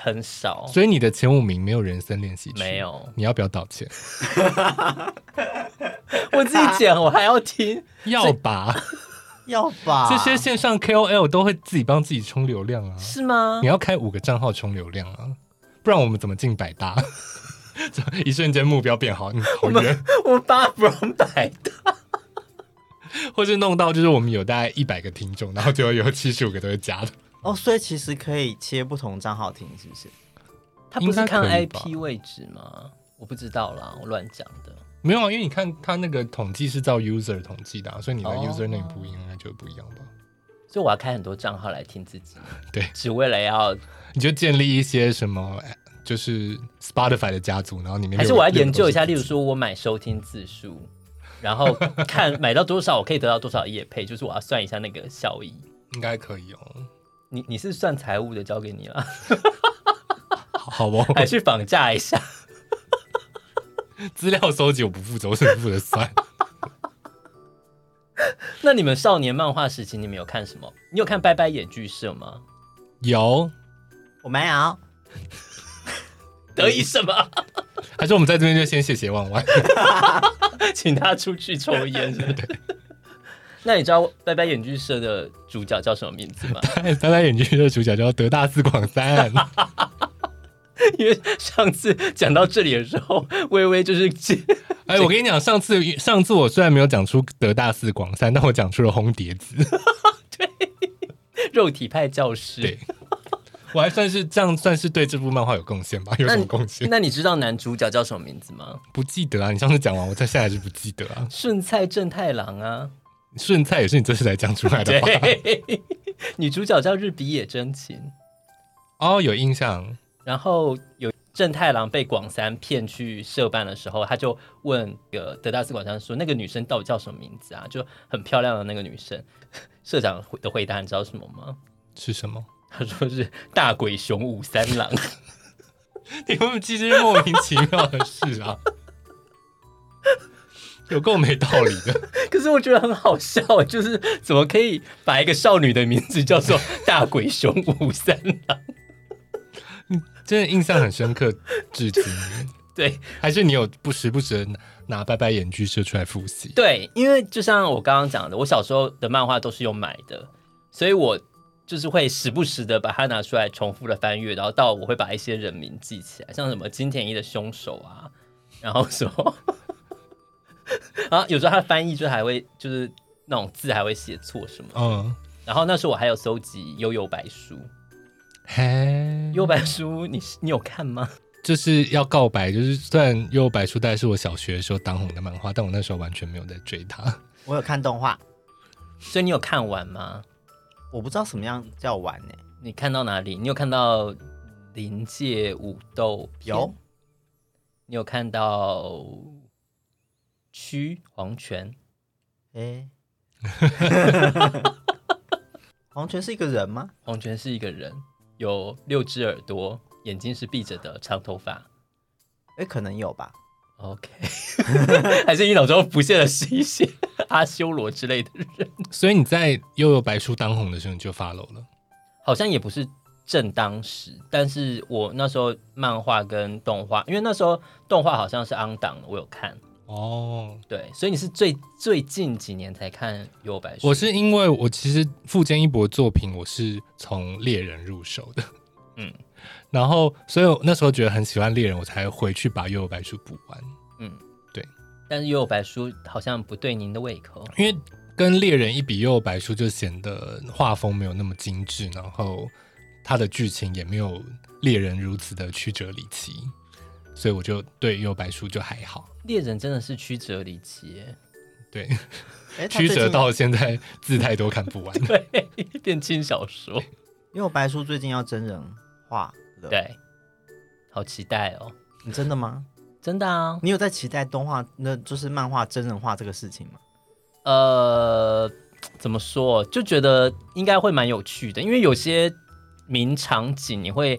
Speaker 1: 很少，
Speaker 2: 所以你的前五名没有人生练习曲，
Speaker 1: 没。有，
Speaker 2: 你要不要道歉？
Speaker 1: 我自己剪我还要听。
Speaker 2: 要吧，
Speaker 3: 要
Speaker 1: 啊
Speaker 3: 吧？
Speaker 2: 这些线上 KOL 都会自己帮自己充流量啊。
Speaker 1: 是吗
Speaker 2: 你？要开五个账号充流量啊，不然我们怎么进百大？ 怎么一瞬间目标变好，你好远，
Speaker 1: 我八 from 百的，
Speaker 2: 或是弄到就是我们有大概一百个听众，然后就有七十五个都是假的。
Speaker 3: 哦，所以其实可以切不同账号听，是不是？
Speaker 1: 他不是看
Speaker 2: 应该可以吧
Speaker 1: IP 位置吗？我不知道啦，我乱讲的。
Speaker 2: 没有啊，因为你看他那个统计是照 user 统计的、啊，所以你的
Speaker 1: 哦
Speaker 2: user name 不一样，那就不一样吧？
Speaker 1: 所以我要开很多账号来听自己，
Speaker 2: 对
Speaker 1: 只为了要，
Speaker 2: 你就建立一些什么，哎就是 Spotify 的家族，然后里面
Speaker 1: 还是
Speaker 2: 六个
Speaker 1: 我要研究一下，例
Speaker 2: 六
Speaker 1: 如
Speaker 2: 个都是
Speaker 1: 说我买收听字数，然后看买到多少我可以得到多少业配，就是我要算一下那个效益。
Speaker 2: 应该可 以哦。
Speaker 1: 你你是算财务的，交给你 了，
Speaker 2: 好好哦，
Speaker 1: 还去绑架一下？
Speaker 2: 资料收集我不负责，我只负责算。
Speaker 1: 那你们少年漫画时期，你们有看什么？你有看《拜拜野剧社》吗？
Speaker 2: 有，
Speaker 3: 我没有，
Speaker 1: 得意什么？
Speaker 2: 还是我们在这边就先谢谢万万。
Speaker 1: 请他出去抽烟， 是不是？那你知道拜拜演剧社的主角叫什么名字吗？
Speaker 2: 哎， 三三眼镜的主角叫德大四广 三，
Speaker 1: 因为上次讲到这里的时候，微微就是
Speaker 2: 哎，我跟你讲，上次上次我虽然没有讲出德大四广三，但我讲出了红碟子。
Speaker 1: 肉体派教师
Speaker 2: 对。 我还算是这样，算是对这部漫画有贡献吧？有
Speaker 1: 那
Speaker 2: 什
Speaker 1: 你
Speaker 2: 么贡献？
Speaker 1: 那你知道男主角叫什么名字吗？
Speaker 2: 不记得啊！你上次讲完，我到现在还是不记得啊。
Speaker 1: 顺菜正太郎啊，
Speaker 2: 顺菜也是你这次才讲出来的吧？
Speaker 1: 对，女主角叫日比野真琴，
Speaker 2: 哦，有印象。
Speaker 1: 然后有正太郎被广三骗去社办的时候，他就问那个德大寺广三说：“那个女生到底叫什么名字啊？”就很漂亮的那个女生。 社长的回答你知道什么吗？
Speaker 2: 是什么？
Speaker 1: 他说是大鬼熊武三郎。
Speaker 2: 你们其实是莫名其妙的事啊， 有够没道理的。
Speaker 1: 可是我觉得很好笑，就是怎么可以把一个少女的名字叫做大鬼熊武三郎？
Speaker 2: 真的印象很深刻，至今。
Speaker 1: 对
Speaker 2: 还是你有不时不时地拿拜拜眼剧社出来复习？
Speaker 1: 对，因为就像我刚刚讲的，我小时候的漫画都是用买的，所以我就是会时不时的把它拿出来重复的翻阅，然后到我会把一些人名记起来，像什么金田一的凶手啊，然后什么， 然后有时候它的翻译就还会就是那种字还会写错什么，
Speaker 2: 嗯，
Speaker 1: 然后那时候我还有搜集悠悠白书，
Speaker 2: 嘿，
Speaker 1: 悠悠白书你你有看吗？
Speaker 2: 就是要告白，就是虽然又白书袋是我小学的时候当红的漫画，但我那时候完全没有在追它。
Speaker 3: 我有看动画，
Speaker 1: 所以你有看完吗？
Speaker 3: 我不知道什么样叫玩欸呢、
Speaker 1: 你看到哪里？你有看到临界武斗片
Speaker 3: 有？
Speaker 1: 你有看到区黄泉？
Speaker 3: 哎、黄泉是一个人吗？
Speaker 1: 黄泉是一个人，有六只耳朵，眼睛是闭着的，长头发。
Speaker 3: 哎、可能有吧。
Speaker 1: OK，还是你脑中浮现的是一些 阿修罗之类的人？
Speaker 2: 所以你在又有白书当红的时候你就 follow 了。
Speaker 1: 好像也不是正当时，但是我那时候漫画跟动画，因为那时候动画好像是 on 档的，我有看。
Speaker 2: 哦，
Speaker 1: 对，所以你是最最近几年才看《幽白书》？
Speaker 2: 我是因为我其实富坚义博作品我是从猎人入手的，
Speaker 1: 嗯
Speaker 2: 嗯， 然后所以我那时候觉得很喜欢猎人，我才回去把又有白书补完，
Speaker 1: 但是《幽游白书》好像不对您的胃口。
Speaker 2: 因为跟猎人一比，又有白书就显得画风没有那么精致，然后它的剧情也没有猎人如此的曲折离奇，所以我就对又有白书就还好，
Speaker 1: 猎人真的是曲折离奇 耶，
Speaker 2: 对，
Speaker 3: 哎、他
Speaker 2: 曲
Speaker 3: 最
Speaker 2: 折
Speaker 3: 近
Speaker 2: 到现在字太多看不完。
Speaker 1: 对，变轻小说，
Speaker 3: 因为我白叔最近要真人化了。，
Speaker 1: 对，好期待哦，
Speaker 3: 你真的吗？
Speaker 1: 真的啊，
Speaker 3: 你有在期待动画，那就是漫画真人化这个事情吗？
Speaker 1: 呃，怎么说，就觉得应该会蛮有趣的，因为有些名场景你会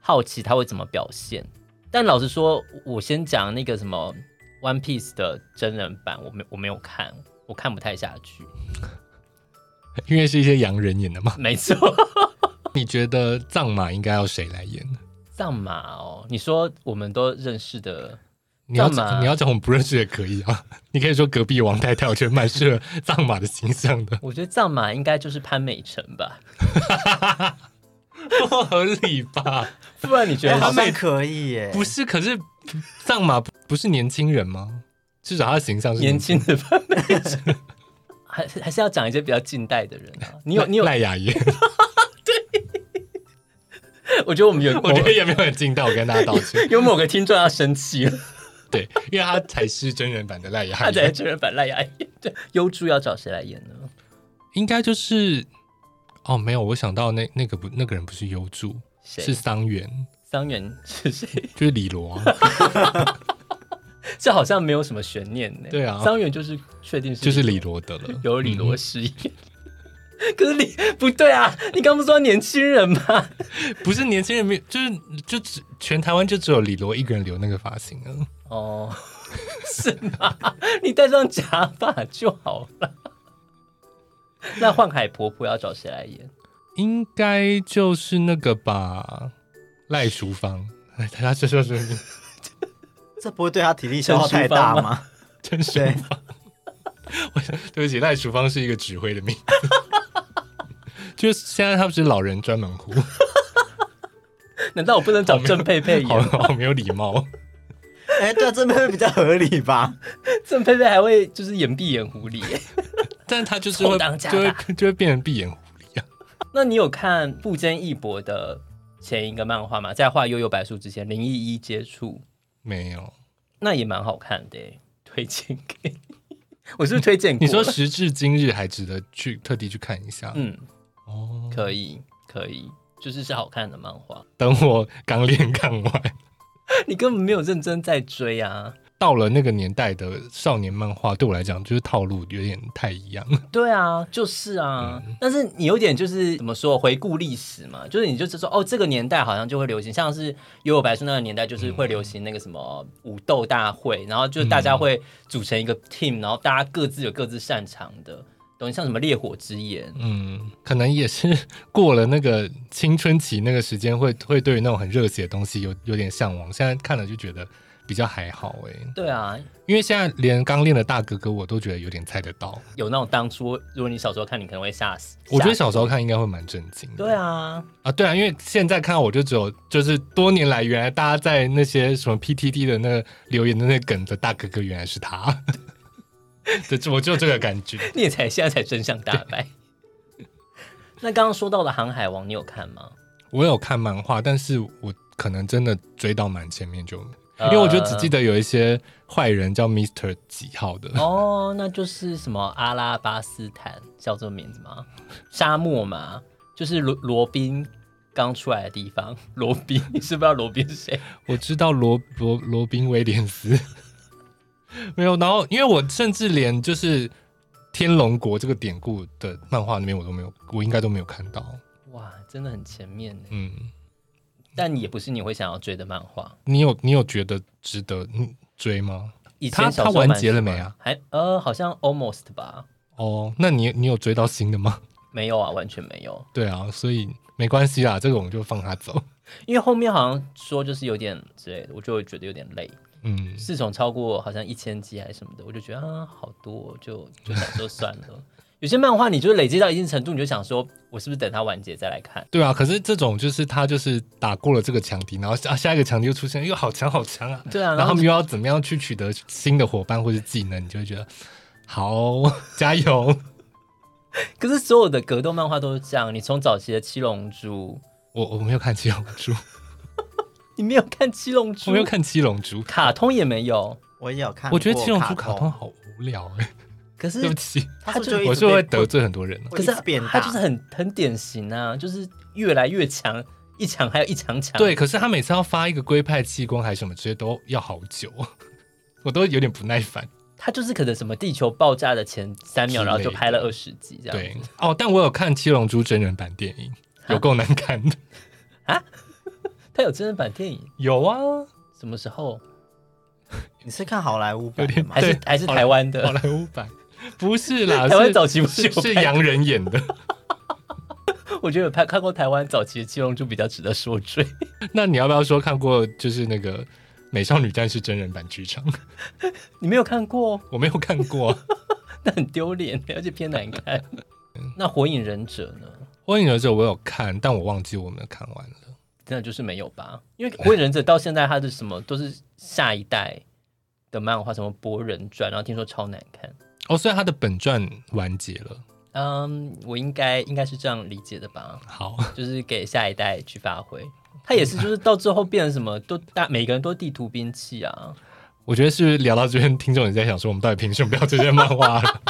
Speaker 1: 好奇他会怎么表现，但老实说，我先讲那个什么《One Piece》的真人版，我没我没有看，我看不太下去，
Speaker 2: 因为是一些洋人演的嘛。
Speaker 1: 没错。
Speaker 2: 你觉得藏马应该要谁来演？
Speaker 1: 藏马哦，你说我们都认识的，
Speaker 2: 你要
Speaker 1: 藏马，
Speaker 2: 你要讲我们不认识也可以啊，你可以说隔壁王太太，我觉得蛮适合藏马的形象的
Speaker 1: 我觉得藏马应该就是潘美辰吧，
Speaker 2: 不 合理吧？
Speaker 1: 不然你觉
Speaker 3: 哎、
Speaker 1: 得
Speaker 3: 好
Speaker 1: 是
Speaker 3: 像可以耶、
Speaker 2: 不是，可是藏马不是年轻人吗？至少他的形象是
Speaker 1: 年轻的潘美辰？ 还是还是要讲一些比较近代的人啊？你有你有，
Speaker 2: 赖赖雅妍，
Speaker 1: 我觉得我们有某
Speaker 2: 我觉得也没有很劲道，我跟大家道歉。
Speaker 1: 有某个听众要生气了，
Speaker 2: 对，因为他才是真人版的赖雅
Speaker 1: 他在
Speaker 2: 妍，
Speaker 1: 真人版赖雅演对，幽助要找谁来演呢？
Speaker 2: 应该就是哦，没有，我想到那那个不那个人不是优助，
Speaker 1: 谁
Speaker 2: 是桑原，
Speaker 1: 桑原 是谁？
Speaker 2: 就是李罗啊、
Speaker 1: 这好像没有什么悬念呢。
Speaker 2: 对啊
Speaker 1: 桑原就是确定是
Speaker 2: 就是李罗德了，
Speaker 1: 由李罗
Speaker 2: 嗯
Speaker 1: 饰演。 可是你不对啊！你刚不是说年轻人吗？
Speaker 2: 不是年轻人没有，就是就只全台湾就只有李罗一个人留那个发型啊。
Speaker 1: 哦， 是吗？你戴上假发就好 了。那幻海婆婆要找谁来演？
Speaker 2: 应该就是那个吧，赖淑芳。哎，他这说是
Speaker 3: 这不会对他体力消耗太大
Speaker 1: 陈淑芳
Speaker 3: 吗？
Speaker 2: 真淑
Speaker 3: 对，
Speaker 2: 芳。我对不起，赖淑芳是一个指挥的名字。 就是现在他不是老人专门哭，
Speaker 1: 难道我不能找郑佩佩
Speaker 2: 好
Speaker 1: 演？
Speaker 2: 好没有礼 貌。
Speaker 3: 哎、对啊，这边会比较合理吧？
Speaker 1: 郑佩佩还会就是演闭眼狐 狸耶。
Speaker 2: 但他就是会
Speaker 1: 充当家
Speaker 2: 就会就会变成闭眼狐狸啊。
Speaker 1: 那你有看富坚义博的前一个漫画嘛，在画《悠悠白书》之前，零一一接触，
Speaker 2: 没有。
Speaker 1: 那也蛮好看的耶，推荐给你。 我是不是推荐过
Speaker 2: 你
Speaker 1: 了
Speaker 2: 说时至今日还值得去特地去看一下？
Speaker 1: 嗯，
Speaker 2: 哦，
Speaker 1: 可以，可以，就是是好看的漫画。
Speaker 2: 等我刚练看完，
Speaker 1: 你根本没有认真在追啊。
Speaker 2: 到了那个年代的少年漫画，对我来讲就是套路有点太一样。
Speaker 1: 对啊，就是啊，
Speaker 2: 嗯
Speaker 1: 但是你有点就是怎么说，回顾历史嘛，就是你就是说哦，这个年代好像就会流行，像是《幽游白书》那个年代，就是会流行那个什么武斗大会，然后就大
Speaker 2: 嗯
Speaker 1: 家会组成一个 team，然后大家各自有各自擅长的东西，像什么烈火之炎，
Speaker 2: 嗯，可能也是过了那个青春期那个时间会，会 对于那种很热血的东西有有点向往。现在看了就觉得比较还好哎、
Speaker 1: 对啊，
Speaker 2: 因为现在连刚练的大哥哥我都觉得有点猜得到。
Speaker 1: 有那种当初如果你小时候看，你可能会吓死。
Speaker 2: 我觉得
Speaker 1: 吓
Speaker 2: 小时候看应该会蛮震惊的。
Speaker 1: 对啊，
Speaker 2: 啊，对啊，因为现在看我就只有就是多年来，原来大家在那些什么 PTT 的那个留言的那个梗的大哥哥，原来是他。 对，我就这个感觉。
Speaker 1: 你也才现在才真相大白。 那刚刚说到的《航海王》，你有看吗？
Speaker 2: 我有看漫画，但是我可能真的追到蛮前面就，因为我就只记得有一些坏人叫 Mister 几号的，
Speaker 1: 哦，那就是什么阿拉巴斯坦叫这个名字吗？沙漠嘛，就是罗罗宾刚出来的地方。 罗宾，你是不知道罗宾是谁？
Speaker 2: 我知道罗罗罗宾威廉斯， 没有。然后因为我甚至连就是天龙国这个典故的漫画里面我都没有，我应该都没有看到。
Speaker 1: 哇，真的很前面呢。
Speaker 2: 嗯，
Speaker 1: 但也不是你会想要追的漫画。
Speaker 2: 你有你有觉得值得嗯追吗？
Speaker 1: 以前
Speaker 2: 它
Speaker 1: 小
Speaker 2: 它
Speaker 1: 时候
Speaker 2: 完
Speaker 1: 蛮
Speaker 2: 结了
Speaker 1: 喜欢
Speaker 2: 没啊？
Speaker 1: 还呃，好像 almost 吧？
Speaker 2: 哦，那你你有追到新的吗？
Speaker 1: 没有啊，完全没有。
Speaker 2: 对啊，所以没关系啦，这个我们就放他走。
Speaker 1: 因为后面好像说就是有点之类的，我就会觉得有点累。
Speaker 2: 嗯，
Speaker 1: 自从超过好像一千集还是什么的，我就觉得啊，好多，就就想说算了。 有些漫画你就是累积到一定程度，你就想说，我是不是等它完结再来看？
Speaker 2: 对啊，可是这种就是他就是打过了这个强敌，然后下下一个强敌又出现，又好强好强啊，
Speaker 1: 对啊， 然
Speaker 2: 然后他
Speaker 1: 后
Speaker 2: 们又要怎么样去取得新的伙伴或是技能，你就会觉得好加油。
Speaker 1: 可是所有的格斗漫画都是这样，你从早期的《七龙珠》，
Speaker 2: 我我没有看七龙珠，
Speaker 1: 你没有看《七龙珠
Speaker 2: 我没》有，看七龙珠，
Speaker 1: 卡通也没有，
Speaker 3: 我也有看过，
Speaker 2: 我觉得七龙珠卡
Speaker 3: 卡
Speaker 2: 通，好无聊哎、
Speaker 1: 可是
Speaker 2: 对不起，
Speaker 3: 它是不是就一直
Speaker 2: 我是会
Speaker 3: 被
Speaker 2: 得，罪很多人啊。
Speaker 3: 会
Speaker 1: 可是
Speaker 3: 一直变
Speaker 1: 它
Speaker 3: 大
Speaker 1: 就是很很典型啊，就是越来越强，一强还有一强强。
Speaker 2: 对，，可是他每次要发一个龟派气功还是什么，这些都要好久， 我都有点不耐烦。
Speaker 1: 它就是可能什么地球爆炸的前三秒，
Speaker 2: 之
Speaker 1: 然后就
Speaker 2: 类
Speaker 1: 拍了二十集这样。
Speaker 2: 对，哦，但我有看七龙珠真人版电影，有够难看的。
Speaker 1: 它有真人版电影，
Speaker 2: 有啊，
Speaker 1: 什么时候？
Speaker 3: 你是看好莱坞版
Speaker 2: 有
Speaker 3: 的
Speaker 2: 点
Speaker 3: 吗
Speaker 1: 还？是
Speaker 2: 对
Speaker 1: 还是
Speaker 2: 好
Speaker 1: 台湾
Speaker 2: 好
Speaker 1: 的？
Speaker 2: 莱坞版不是啦，
Speaker 1: 台湾
Speaker 2: 是
Speaker 1: 早期不是
Speaker 2: 是
Speaker 1: 有
Speaker 2: 是
Speaker 1: 拍
Speaker 2: 洋人演的。
Speaker 1: 我觉得有拍看过台湾早期的《七龙珠》比较值得说 追。
Speaker 2: 那你要不要说看过就是那个《美少女战士》真人版剧场？
Speaker 1: 你没有看过，
Speaker 2: 我没有看过、啊。
Speaker 1: 那很丢脸，而且偏难看。 那《火影忍者》呢？
Speaker 2: 火影忍者我有看，但我忘记我们看完了。
Speaker 1: 真的就是没有吧？因为《火影忍者》到现在它的什么都是下一代的漫画，什么《博人传》，然后听说超难看。
Speaker 2: 哦，所以他的本传完结了。
Speaker 1: 嗯，我应该应该是这样理解的吧，
Speaker 2: 好，
Speaker 1: 就是给下一代去发挥。他也是，就是到最后变成什么都大，每个人都地图兵器啊。
Speaker 2: 我觉得是不是聊到这边，听众也在想说，我们到底凭什么聊这些漫画 了？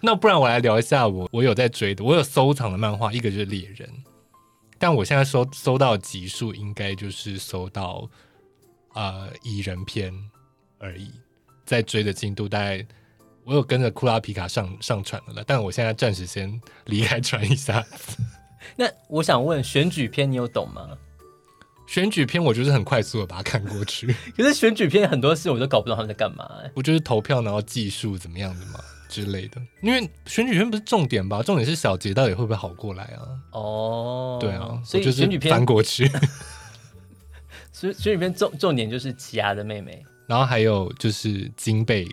Speaker 2: 那不然我来聊一下我我有在追的，我有收藏的漫画，一个就是猎人，但我现在收收到的集数应该就是收到呃蚁人篇而已，在追的进度大概我有跟着库拉皮卡上上传了啦，但我现在暂时先离开船一下。
Speaker 1: 那我想问，选举片你有懂吗？
Speaker 2: 选举篇我就是很快速的把它看过去，
Speaker 1: 可是选举片很多事我都搞不懂他们在干嘛、欸。
Speaker 2: 不就是投票然后技术怎么样的吗之类的？因为选举圈不是重点吧，重点是小杰到底会不会好过来啊？
Speaker 1: 哦，
Speaker 2: 对啊，
Speaker 1: 所
Speaker 2: 我
Speaker 1: 以
Speaker 2: 就
Speaker 1: 选举
Speaker 2: 是
Speaker 1: 片
Speaker 2: 翻，过去，
Speaker 1: 所以选举片重重点就是奇亚的妹 妹，
Speaker 2: 然后还有就是金贝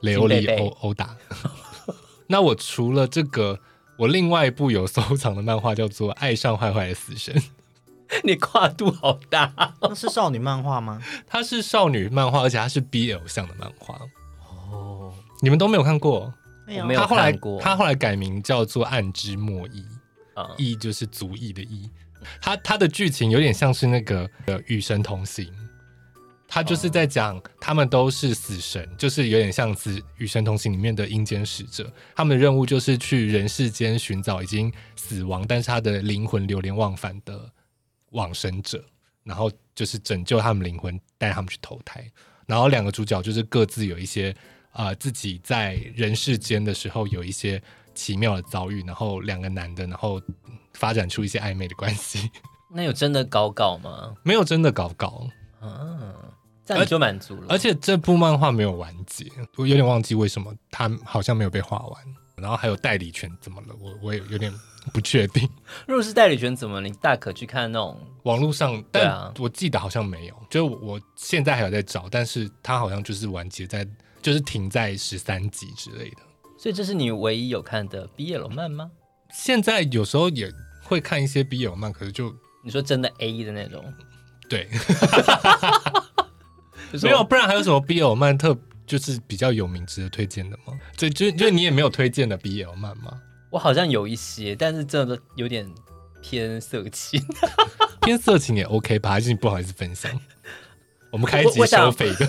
Speaker 2: 雷欧利
Speaker 1: 金贝贝
Speaker 2: 殴殴打。 那我除了这个，我另外一部有收藏的漫画叫做《爱上坏坏的死神》，
Speaker 1: 你跨度好大。
Speaker 3: 那是少女漫画吗？
Speaker 2: 它是少女漫画，而且它是 BL 向的漫画，
Speaker 3: 哦，
Speaker 2: 你们都没有看过。
Speaker 3: 没
Speaker 1: 我没有
Speaker 2: 他后来
Speaker 1: 看过
Speaker 2: 他后来改名叫做《暗之末裔》，
Speaker 1: 啊、
Speaker 2: 裔就是族裔的裔。它它的剧情有点像是那个呃与神同行，它就是在讲他们都是死神，就是有点像死与神同行里面的阴间使者，他们的任务就是去人世间寻找已经死亡，但是他的灵魂流连忘返的往生者，然后就是拯救他们灵魂，带他们去投胎。然后两个主角就是各自有一些呃自己在人世间的时候有一些奇妙的遭遇，然后两个男的，然后发展出一些暧昧的关系，
Speaker 1: 那有真的搞搞吗？
Speaker 2: 没有真的搞搞。
Speaker 1: 啊，这样你就满足了。
Speaker 2: 而且这部漫画没有完结，我有点忘记为什么它好像没有被画完。然后还有代理权怎么了？我我也有点不确定。
Speaker 1: 如果是代理权，怎么你大可去看那种
Speaker 2: 网络上，
Speaker 1: 对
Speaker 2: 但
Speaker 1: 啊
Speaker 2: 我记得好像没有，就是我我现在还有在找，但是它好像就是完结在，就是停在十三集之类的。
Speaker 1: 所以这是你唯一有看的 BL 漫吗？
Speaker 2: 现在有时候也会看一些 BL 漫，可是就
Speaker 1: 你说真的 A 的那种？
Speaker 2: 对，
Speaker 1: 就是
Speaker 2: 没
Speaker 1: 我
Speaker 2: 有，不然还有什么 BL 漫特就是比较有名值得推荐的吗？对，就就你也没有推荐的 BL 漫吗？
Speaker 1: 我好像有一些，但是真的有点偏色情。
Speaker 2: 偏色情也 OK 吧？还是你不好意思分享？我们开一
Speaker 1: 我
Speaker 2: 集
Speaker 1: 我想
Speaker 2: 收费的，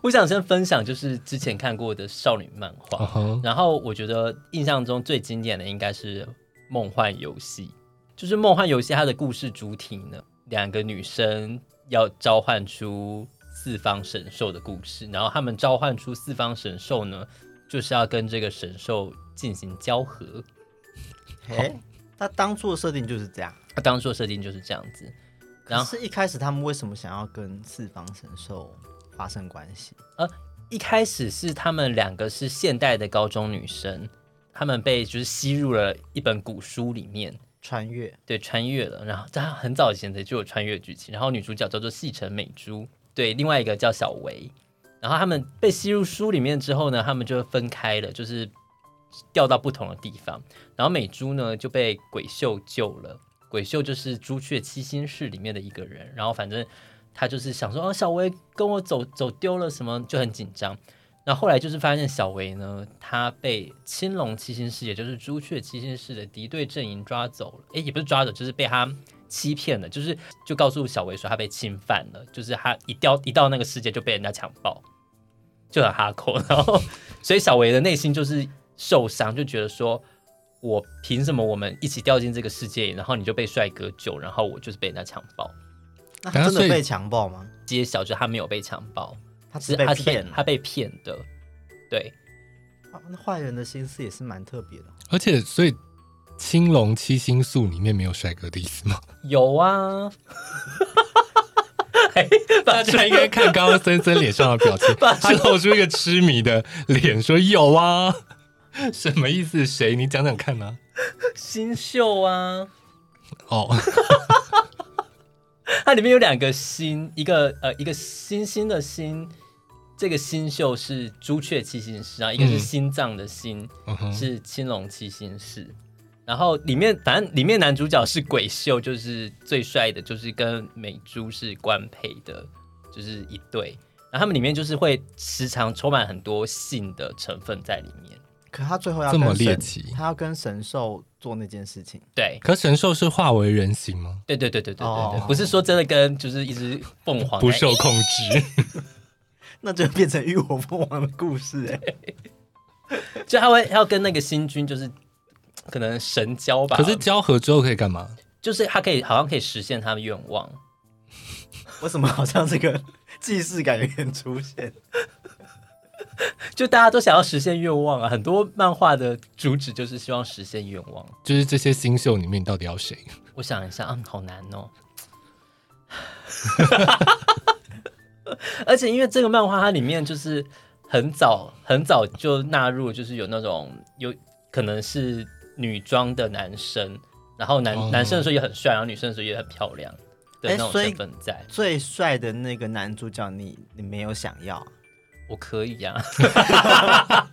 Speaker 1: 我想先分享就是之前看过的少女漫
Speaker 2: 嗯
Speaker 1: 画，
Speaker 2: 哼
Speaker 1: 然后我觉得印象中最经典的应该是《梦幻游戏》，就是《梦幻游戏》它的故事主体呢，两个女生要召唤出四方神兽的故事，然后她们召唤出四方神兽呢，就是要跟这个神兽进行交合。
Speaker 3: 哎，他当初的设定就是这样。
Speaker 1: 它当初的设定就是这样子，然
Speaker 3: 可
Speaker 1: 后
Speaker 3: 是，一开始他们为什么想要跟四方神兽发生关系？
Speaker 1: 一开始是她们两个是现代的高中女生，她们被就是吸入了一本古书里面，
Speaker 3: 穿越？
Speaker 1: 对，穿越了。然后她很早以前的就有穿越剧情，然后女主角叫做细城美珠，对，另外一个叫小维。然后她们被吸入书里面之后呢，她们就分开了，就是调到不同的地方。然后美珠呢就被鬼秀救了，鬼秀就是《朱雀七星室》里面的一个人。然后反正她就是想说，哦，小维跟我走走丢了什么，就很紧张。然后后来就是发现小维呢，他被青龙七星师，也就是朱雀七星师的敌对阵营抓走了，诶，也不是抓走，就是被他欺骗了，就是就告诉小维说他被侵犯了，就是他一掉一到那个世界就被人家强暴，就很哈口， 然后所以小维的内心就是受伤，就觉得说我凭什么我们一起掉进这个世界里，然后你就被帅哥救，然后我就是被人家强暴，
Speaker 3: 那
Speaker 2: 等
Speaker 3: 他
Speaker 2: 下
Speaker 3: 真的
Speaker 2: 所以
Speaker 3: 被强暴吗？
Speaker 1: 揭晓就他没有被强暴，
Speaker 3: 他只
Speaker 1: 是啊
Speaker 3: 是被
Speaker 1: 他是被
Speaker 3: 骗了。
Speaker 1: 他被骗的，对。
Speaker 3: 哇那坏人的心思也是蛮特别的。哦
Speaker 2: 而且所以《青龙七星宿》里面没有帅哥的意思吗？
Speaker 1: 有啊， 哎
Speaker 2: 大家应该看刚刚森森脸上的表情，他露出一个痴迷的脸，说：“有啊， 什么意思？谁？你讲讲看呢、
Speaker 1: 新秀啊，
Speaker 2: 哦，
Speaker 1: 它里面有两个星，一个呃一个星星的星，这个新秀是朱雀七星师啊，一个是
Speaker 2: 嗯
Speaker 1: 心脏的心，
Speaker 2: 嗯哼
Speaker 1: 是青龙七星师。然后里面反正里面男主角是鬼秀，就是最帅的，就是跟美珠是官配的，就是一对。然后他们里面就是会时常充满很多性的成分在里面，
Speaker 3: 可他最后要
Speaker 2: 这么
Speaker 3: 跟神
Speaker 2: 猎奇
Speaker 3: 他要跟神兽做那件事情，
Speaker 1: 对。
Speaker 2: 可神兽是化为人形吗？
Speaker 1: 对对对对对对对，
Speaker 3: 哦
Speaker 1: 不是说真的跟就是一只凤凰
Speaker 2: 不
Speaker 1: 在
Speaker 2: 受控制，
Speaker 3: 那就变成浴火凤凰的故事哎、
Speaker 1: 哎就他会他要跟那个星君就是可能神交吧，
Speaker 2: 可是交合之后可以干嘛？
Speaker 1: 就是他可以好像可以实现他的愿望，
Speaker 3: 为什么好像这个既视感有点出现？
Speaker 1: 就大家都想要实现愿望啊，很多漫画的主旨就是希望实现愿望。
Speaker 2: 就是这些新秀里面你到底要谁？
Speaker 1: 我想一下，嗯，好难哦。 而且因为这个漫画它里面就是很早很早就纳入，就是有那种有可能是女装的男生，然后男、
Speaker 2: 哦
Speaker 1: 男生的时候也很帅，然后女生的时候也很漂亮的
Speaker 3: 哎
Speaker 1: 那种
Speaker 3: 所以
Speaker 1: 身份在。
Speaker 3: 最帅的那个男主角你，你没有想要啊？
Speaker 1: 我可以啊，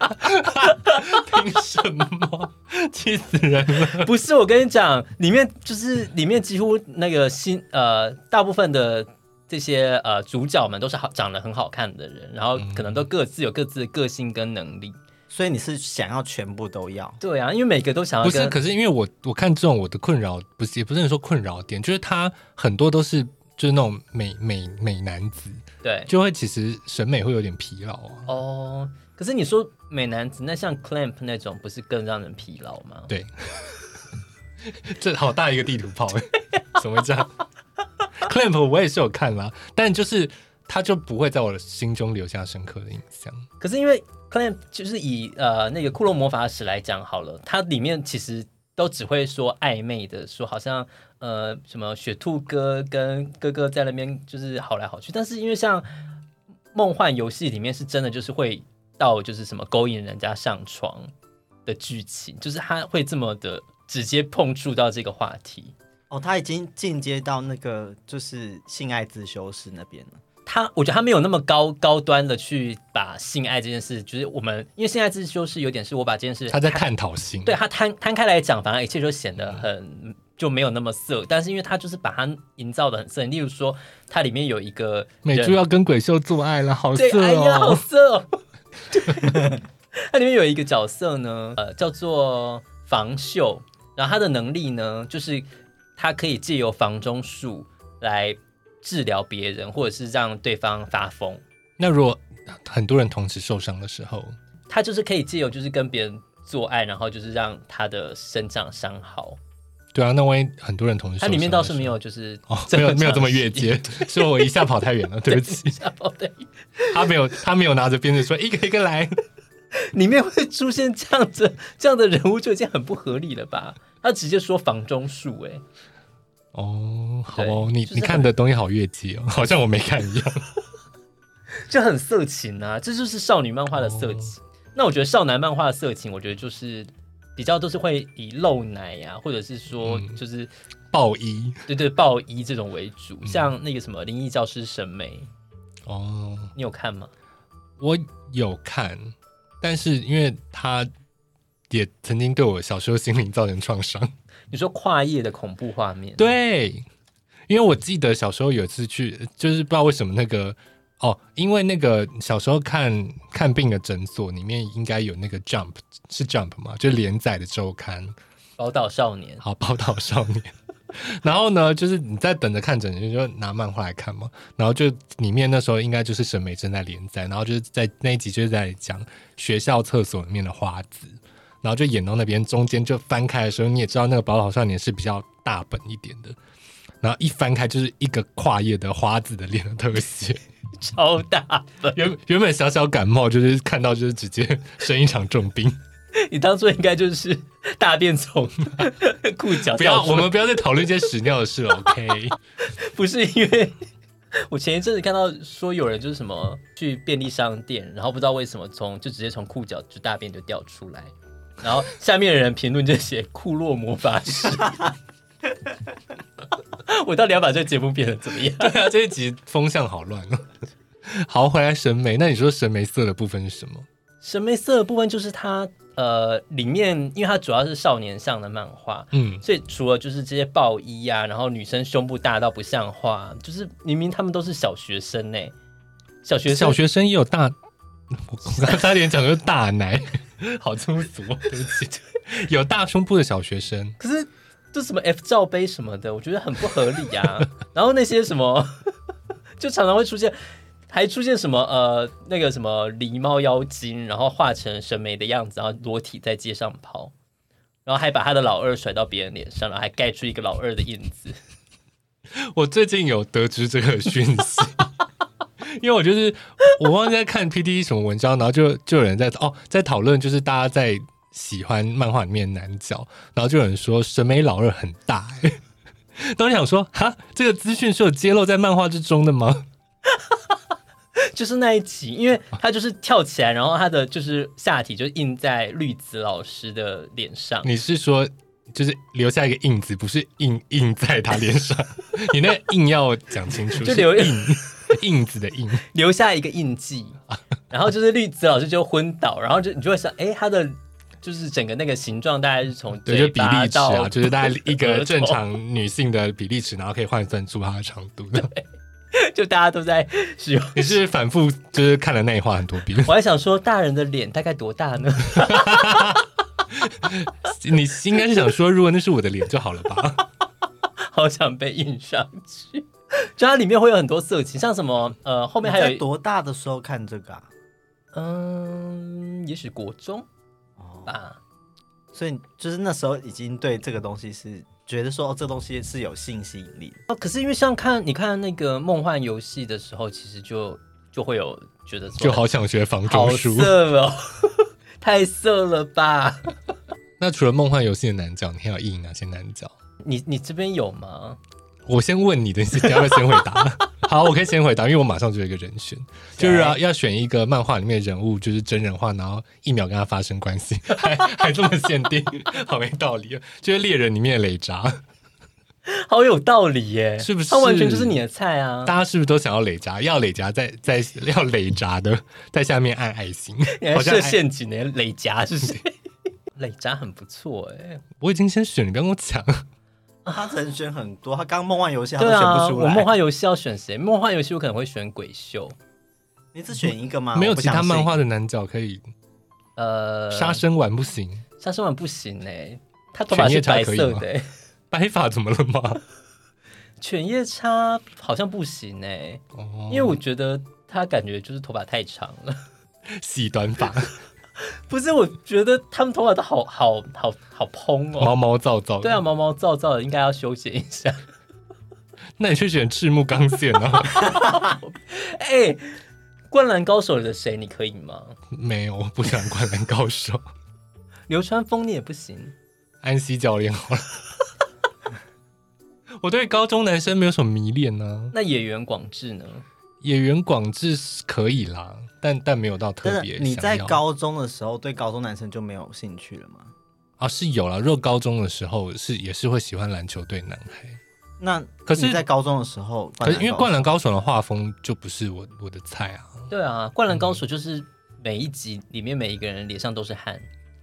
Speaker 2: 凭什么？ 气死人了！
Speaker 1: 不是我跟你讲，里面就是里面几乎那个新呃大部分的。这些呃主角们都是好长得很好看的人，然后可能都各自有各自的个性跟能力，
Speaker 3: 所以你是想要全部都要？
Speaker 1: 对啊，因为每个都想要
Speaker 2: 不是，
Speaker 1: 跟
Speaker 2: 可是因为我我看这种我的困扰不是也不是说困扰点，就是他很多都是就是那种美美美男子，
Speaker 1: 对
Speaker 2: 就会其实审美会有点疲劳啊。
Speaker 1: 哦。可是你说美男子，那像 Clamp 那种，不是更让人疲劳吗？
Speaker 2: 对， 这好大一个地图炮，欸怎么会这样？Clamp 我也是有看啦，但就是他就不会在我的心中留下深刻的印象。
Speaker 1: 可是因为 Clamp 就是以呃那个《库洛魔法使》来讲好了，它里面其实都只会说暧昧的，说好像呃什么雪兔哥跟哥哥在那边就是好来好去，但是因为像梦幻游戏里面是真的就是会到就是什么勾引人家上床的剧情，就是他会这么的直接碰触到这个话题。
Speaker 3: 哦，他已经进阶到那个就是性爱自修室那边了。
Speaker 1: 他，我觉得他没有那么高高端的去把性爱这件事，就是我们因为性爱自修是有点是我把这件事
Speaker 2: 他在探讨性，
Speaker 1: 对他摊摊开来讲，反而一切就显得很就没有那么色，但是因为他就是把它营造的很色，例如说它里面有一个
Speaker 2: 美
Speaker 1: 人
Speaker 2: 珠要跟鬼秀做爱了，好色
Speaker 1: 对，哎呀，好
Speaker 2: 哦！
Speaker 1: 色、哦。 它里面有一个角色呢，呃，叫做防秀，然后他的能力呢，就是他可以借由房中术来治疗别人，或者是让对方发疯。
Speaker 2: 那如果很多人同时受伤的时候，
Speaker 1: 他就是可以借由就是跟别人做爱，然后就是让他的身上伤好。
Speaker 2: 对啊，那万一很多人同时
Speaker 1: 它
Speaker 2: 受伤的
Speaker 1: 里
Speaker 2: 时候，
Speaker 1: 面倒是没有就是
Speaker 2: 哦，没有没有这么越
Speaker 1: 界。
Speaker 2: 界，是我一下跑太远了，对不起。
Speaker 1: 吓跑的，
Speaker 2: 他没有他没有拿着鞭子说一个一 个来，
Speaker 1: 里面会出现这样子这样的人物就已经很不合理了吧？他直接说房中术，哎，
Speaker 2: 哦，好
Speaker 1: 对
Speaker 2: 哦，你
Speaker 1: 就是
Speaker 2: 你看的东西好越界哦， 好像我没看一样。
Speaker 1: 就很色情啊！这就是少女漫画的色
Speaker 2: 哦
Speaker 1: 情。那我觉得少男漫画的色情，我觉得就是比较都是会以露奶呀、或者是说
Speaker 2: 嗯
Speaker 1: 就是、
Speaker 2: 暴衣
Speaker 1: 对对暴衣这种为主。
Speaker 2: 嗯
Speaker 1: 像那个什么《灵异教师》审美，
Speaker 2: 哦，
Speaker 1: 你有看吗？
Speaker 2: 我有看，但是因为他也曾经对我小时候心灵造成创伤，
Speaker 1: 你说跨页的恐怖画面，，
Speaker 2: 对，因为我记得小时候有一次去，就是不知道为什么那个。哦，因为那个小时候看看病的诊所里面应该有那个 Jump，是 Jump 吗？就连载的周刊，
Speaker 1: 宝岛少年，
Speaker 2: 好报道少年。然后呢，就是你在等着看诊，你就拿漫画来看嘛。然后就里面那时候应该就是沈美珍在连载，然后就是在那一集就是在讲学校厕所里面的花子，然后就演到那边中间就翻开的时候，你也知道那个《宝岛少年》是比较大本一点的，然后一翻开就是一个跨页的花子的脸的特 写。
Speaker 1: 超大本。
Speaker 2: 原原本小小感冒，就是看到就是直接 生一场重病。
Speaker 1: 你当初应该就是大便从裤脚
Speaker 2: 不要，
Speaker 1: 掉出来
Speaker 2: 啊我们不要再讨论这些屎尿的事了，OK？
Speaker 1: 不是因为我前一阵子看到说有人就是什么去便利商店，然后不知道为什么从就直接从裤脚就大便就掉出来，然后下面的人评论就写“库洛魔法师”。我到底要把这个节目变得怎么 样？
Speaker 2: 对啊，这一集风向好乱哦。 好，回来审美，那你说审美色的部分是什么？
Speaker 1: 审美色的部分就是它呃里面，因为它主要是少年向的漫画，
Speaker 2: 嗯，
Speaker 1: 所以除了就是这些暴衣啊，然后女生胸部大到不像话，就是明明他们都是小学生呢、欸小学生
Speaker 2: 小学生也有大，我我刚差点讲成大奶， 好粗俗哦，对不起。 有大胸部的小学生，
Speaker 1: 可是就什么 F 罩杯什么的，我觉得很不合理啊。 然后那些什么，就常常会出现，还出现什么呃那个什么狸猫妖精，然后化成审美的样子，然后裸体在街上跑，然后还把他的老二甩到别人脸上，然后还盖出一个老二的印子。
Speaker 2: 我最近有得知这个讯息。 因为我就是我忘记在看 P D 什么文章，然后就就有人在哦在讨论，就是大家在喜欢漫画里面的男角，然后就有人说审美老二很大、欸， 当时想说哈，这个资讯是有揭露在漫画之中的吗？
Speaker 1: 就是那一集，因为他就是跳起来，然后他的就是下体就印在绿子老师的脸上。
Speaker 2: 你是说就是留下一个印子，不是印印在他脸上？ 你那个印要讲清楚，
Speaker 1: 就留
Speaker 2: 是印印子的印。
Speaker 1: 留下一个印记，然后就是绿子老师就昏倒，然后就你就会想，哎，他的就是整个那个形状大概是从
Speaker 2: 对，就
Speaker 1: 嘴
Speaker 2: 比例
Speaker 1: 巴
Speaker 2: 尺啊
Speaker 1: 到
Speaker 2: 啊，就是大概一
Speaker 1: 额
Speaker 2: 个
Speaker 1: 头
Speaker 2: 正常女性的比例尺，然后可以换算出它的长度。
Speaker 1: 就大家都在使用。
Speaker 2: 你是反复就是看了那一话很多遍，
Speaker 1: 我还想说，大人的脸大概多大呢？
Speaker 2: 你应该是想说，如果那是我的脸就好了 吧？
Speaker 1: 好想被印上去。就它里面会有很多色情，像什么呃，后
Speaker 3: 后
Speaker 1: 面还有
Speaker 3: 多大的时候看这个啊？
Speaker 1: 嗯，也许国中
Speaker 3: 哦，
Speaker 1: 吧。
Speaker 3: 所以就是那时候已经对这个东西是觉得说，哦，这东西是有性吸引力的。
Speaker 1: 哦，可是因为像看你看那个梦幻游戏的时候，其实就就会有觉得说
Speaker 2: 就好想学房
Speaker 1: 好
Speaker 2: 中术。
Speaker 1: 色哦， 太色了吧？
Speaker 2: 那除了梦幻游戏的男角，你还有意淫哪些男角？
Speaker 1: 你你这边有吗？
Speaker 2: 我先问你的，你等下会先回 答。好，我可以先回答，因为我马上就有一个人选，就是要要选一个漫画里面的人物，就是真人化，然后一秒跟他发生关系，还 还这么限定，好没道理哦。就是猎人里面的雷渣，
Speaker 1: 好有道理耶，
Speaker 2: 是不是
Speaker 1: 他完全就是你的菜啊！
Speaker 2: 大家是不是都想要雷渣？要雷渣在在要雷渣的，在下面按爱心
Speaker 1: 你，
Speaker 2: 好
Speaker 1: 还
Speaker 2: 像
Speaker 1: 设
Speaker 2: 爱
Speaker 1: 陷阱呢，磊夹是谁？磊夹很不错哎，
Speaker 2: 我已经先选，你不要跟我抢。
Speaker 3: 他人选很多，他刚刚梦幻游戏他都
Speaker 1: 啊对
Speaker 3: 选
Speaker 1: 啊，
Speaker 3: 不出
Speaker 1: 我
Speaker 3: 来。
Speaker 1: 梦幻游戏要选谁？梦幻游戏我可能会选鬼秀，
Speaker 3: 你只选一个吗？
Speaker 2: 没有
Speaker 3: 我不
Speaker 2: 其他
Speaker 3: 相信
Speaker 2: 漫画的男角可以
Speaker 1: 呃，
Speaker 2: 杀生丸不行，
Speaker 1: 杀生丸不行哎，他头发是白色的欸，
Speaker 2: 白发怎么了吗？
Speaker 1: 犬夜叉好像不行哎，
Speaker 2: 哦，
Speaker 1: 因为我觉得他感觉就是头发太长了。
Speaker 2: 细短发，
Speaker 1: 不是，我觉得他们头发都好好好好蓬
Speaker 2: 毛
Speaker 1: 哦。
Speaker 2: 毛躁躁。
Speaker 1: 对啊，，毛毛躁躁的，应该要修剪一下。
Speaker 2: 那你去选赤木刚宪啊？
Speaker 1: 哎、灌篮高手》里的谁你可以吗？
Speaker 2: 没有，我不想灌篮高手，
Speaker 1: 流川枫你也不行。
Speaker 2: 安西教练好了。 我对高中男生没有什么迷恋呢、
Speaker 1: 那野原广志呢？
Speaker 2: 野原广志是可以啦，但但没有到
Speaker 3: 真
Speaker 2: 特
Speaker 3: 的
Speaker 2: 别，想要。
Speaker 3: 你在高中的时候对高中男生就没有兴趣了吗？
Speaker 2: 啊是有啦，若高中的时候是也是会喜欢篮球队男孩，
Speaker 3: 那
Speaker 2: 可是
Speaker 3: 你在高中的时候，
Speaker 2: 可是因为灌
Speaker 3: 灌篮
Speaker 2: 篮高手的画风就不是我我的菜啊。
Speaker 1: 对啊，《灌篮高手》就是每一集里面每一个人脸上都是汗，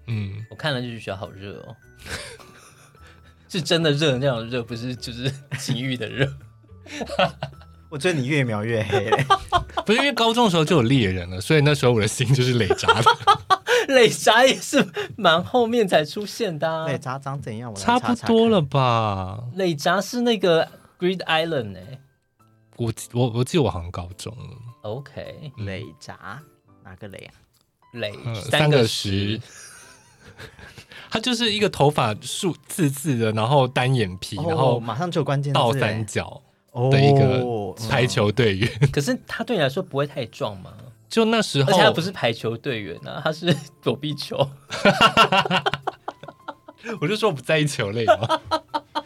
Speaker 2: 嗯，
Speaker 1: 我看了就觉得好热 哦，是真的热那种热，不是就是 情欲的热。
Speaker 3: 高手，我觉得你越描越黑、嘞
Speaker 2: 不是因为高中的时候就有猎人了，所以那时候我的心就是累渣的。
Speaker 1: 磊侠也是蛮后面才出现的、啊。
Speaker 3: 对，长哎长怎样？我 来
Speaker 2: 差
Speaker 3: 查
Speaker 2: 不
Speaker 3: 查
Speaker 2: 多
Speaker 3: 看
Speaker 2: 了。吧？
Speaker 1: 磊侠是那个 Greed Island 哎、
Speaker 2: 我我我记得我好像高中
Speaker 1: OK，
Speaker 3: 雷炸哪个雷啊？
Speaker 1: 磊
Speaker 2: 嗯
Speaker 1: 三
Speaker 2: 个
Speaker 1: 个
Speaker 2: 十
Speaker 1: 十，，
Speaker 2: 他就是一个头发竖刺刺的，然后单眼皮，然
Speaker 3: 哦，
Speaker 2: 后
Speaker 3: 马上就有关键字
Speaker 2: 倒
Speaker 3: 嘞
Speaker 2: 三角
Speaker 3: 哦嗯
Speaker 2: 的一个排球队员。
Speaker 1: 可是他对你来说不会太壮吗？
Speaker 2: 就那时
Speaker 1: 而且他
Speaker 2: 候
Speaker 1: 不，是排球队员啊，他是躲避球。
Speaker 2: 我就说我不在意球类嘛。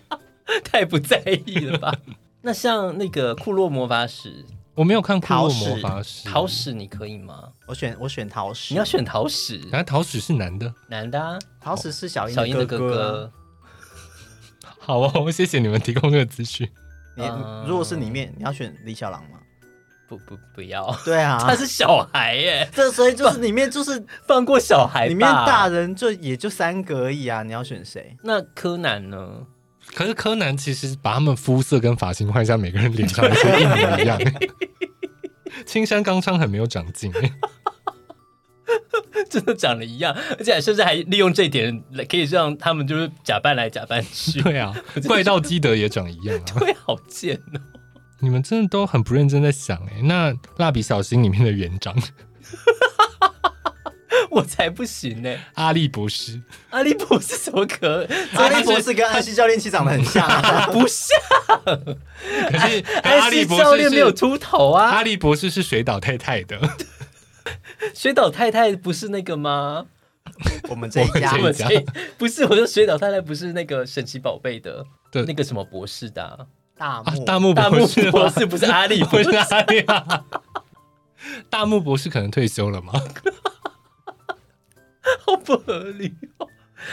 Speaker 1: 太不在意了 吧？那像那个库洛魔法使
Speaker 2: 我没有看《库洛
Speaker 3: 桃
Speaker 2: 魔
Speaker 3: 矢
Speaker 2: 法使》，
Speaker 1: 桃，矢，你可以吗？
Speaker 3: 我选我选桃石，
Speaker 1: 你要选桃矢，
Speaker 2: 然后桃矢是男的。
Speaker 1: 男的、啊，
Speaker 3: 桃石是小
Speaker 1: 小
Speaker 3: 樱
Speaker 1: 樱的
Speaker 3: 哥
Speaker 1: 哥
Speaker 3: 哥啊。
Speaker 1: 哥。
Speaker 2: 好哦，谢谢你们提供这个资讯。
Speaker 3: 你
Speaker 1: 嗯
Speaker 3: 如果是里面，你要选李小狼吗？
Speaker 1: 不不不要，
Speaker 3: 对啊，
Speaker 1: 他是小孩耶，
Speaker 3: 这所以就是里面就是
Speaker 1: 放过小孩吧。
Speaker 3: 里面大人就也就三个而已啊，你要选谁？
Speaker 1: 那柯南呢？
Speaker 2: 可是柯南其实把他们肤色跟发型换一下，每个人脸上都是一模一样。 青山刚昌很没有长进，
Speaker 1: 真的长得一样，而且甚至还利用这一点来可以让他们就是假扮来假扮 去，
Speaker 2: 对啊，怪盗基德也长一样啊。
Speaker 1: 会好贱哦。
Speaker 2: 你们真的都很不认真在想哎、那蜡笔小新里面的园长
Speaker 1: 我才不行呢，
Speaker 2: 阿笠博士，
Speaker 1: 阿利博是什么可？
Speaker 3: 阿笠博士跟安西教练其实长得很像、啊，
Speaker 1: 不像，
Speaker 2: 可 是可是阿
Speaker 1: 安
Speaker 2: 笠
Speaker 1: 西
Speaker 2: 博
Speaker 1: 哎教
Speaker 2: 士
Speaker 1: 练没有
Speaker 2: 是
Speaker 1: 秃头啊。
Speaker 2: 阿笠博士是水岛太太的，
Speaker 1: 水岛太太不是那个吗？
Speaker 3: 我们这一家
Speaker 2: 我
Speaker 1: 我
Speaker 2: 们这一家
Speaker 1: 这不是，我说水岛太太不是那个神奇宝贝的
Speaker 2: 对
Speaker 1: 那个什么博士的啊、
Speaker 3: 大
Speaker 2: 啊
Speaker 3: 木、
Speaker 2: 大木
Speaker 1: 大木
Speaker 2: 博士
Speaker 1: 博
Speaker 2: 吗
Speaker 1: 士，不是阿力
Speaker 2: 不
Speaker 1: 博士
Speaker 2: 是。阿笠啊。 大木博士可能退休了吗？
Speaker 1: 好不合理哦。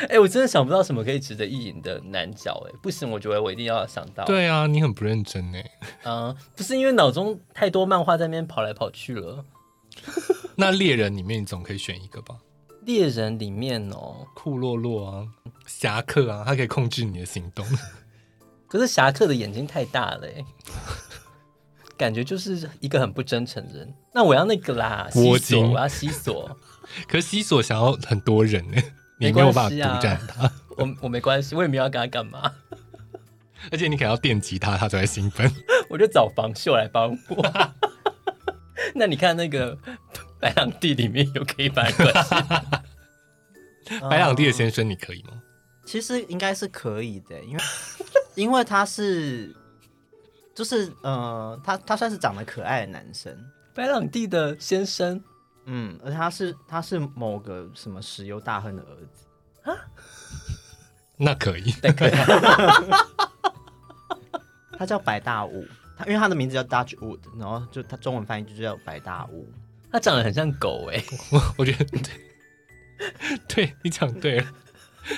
Speaker 1: 哎、我真的想不到什么可以值得一饮的男角哎，不行，我觉得我一定要想到。，
Speaker 2: 对啊，你很不认真哎。
Speaker 1: 嗯、不是因为脑中太多漫画在那边跑来跑去了。
Speaker 2: 那猎人里面你总可以选一个吧？
Speaker 1: 猎人里面哦，
Speaker 2: 库洛洛啊，侠客啊，他可以控制你的行动。
Speaker 1: 可是侠客的眼睛太大了哎，欸感觉就是一个很不真诚的人。那我要那个啦，西
Speaker 2: 窝
Speaker 1: 索，
Speaker 2: 精
Speaker 1: 我要西索，
Speaker 2: 可是西索想要很多人呢、你
Speaker 1: 没
Speaker 2: 没有
Speaker 1: 关
Speaker 2: 办法
Speaker 1: 系啊
Speaker 2: 独占他，
Speaker 1: 我我没关系，我也没有要跟他干嘛，
Speaker 2: 而且你可能要电吉他，他才会兴奋。
Speaker 1: 我就找房秀来帮我。 那你看那个白狼地里面有可以发生关系，嗯
Speaker 2: 白朗蒂的先生，你可以吗？
Speaker 3: 嗯其实应该是可以的，因为因为他是就是呃，他他算是长得可爱的男生，
Speaker 1: 白朗地的先 生
Speaker 3: 嗯，而且他是他是某个什么石油大亨的儿子，
Speaker 2: 那可以，
Speaker 3: 他叫白大武，他因为他的名字叫 Dutch Wood，然后就他中文翻译就叫白大武。
Speaker 1: 他长得很像狗哎、
Speaker 2: 我我觉得 对，对你讲对了。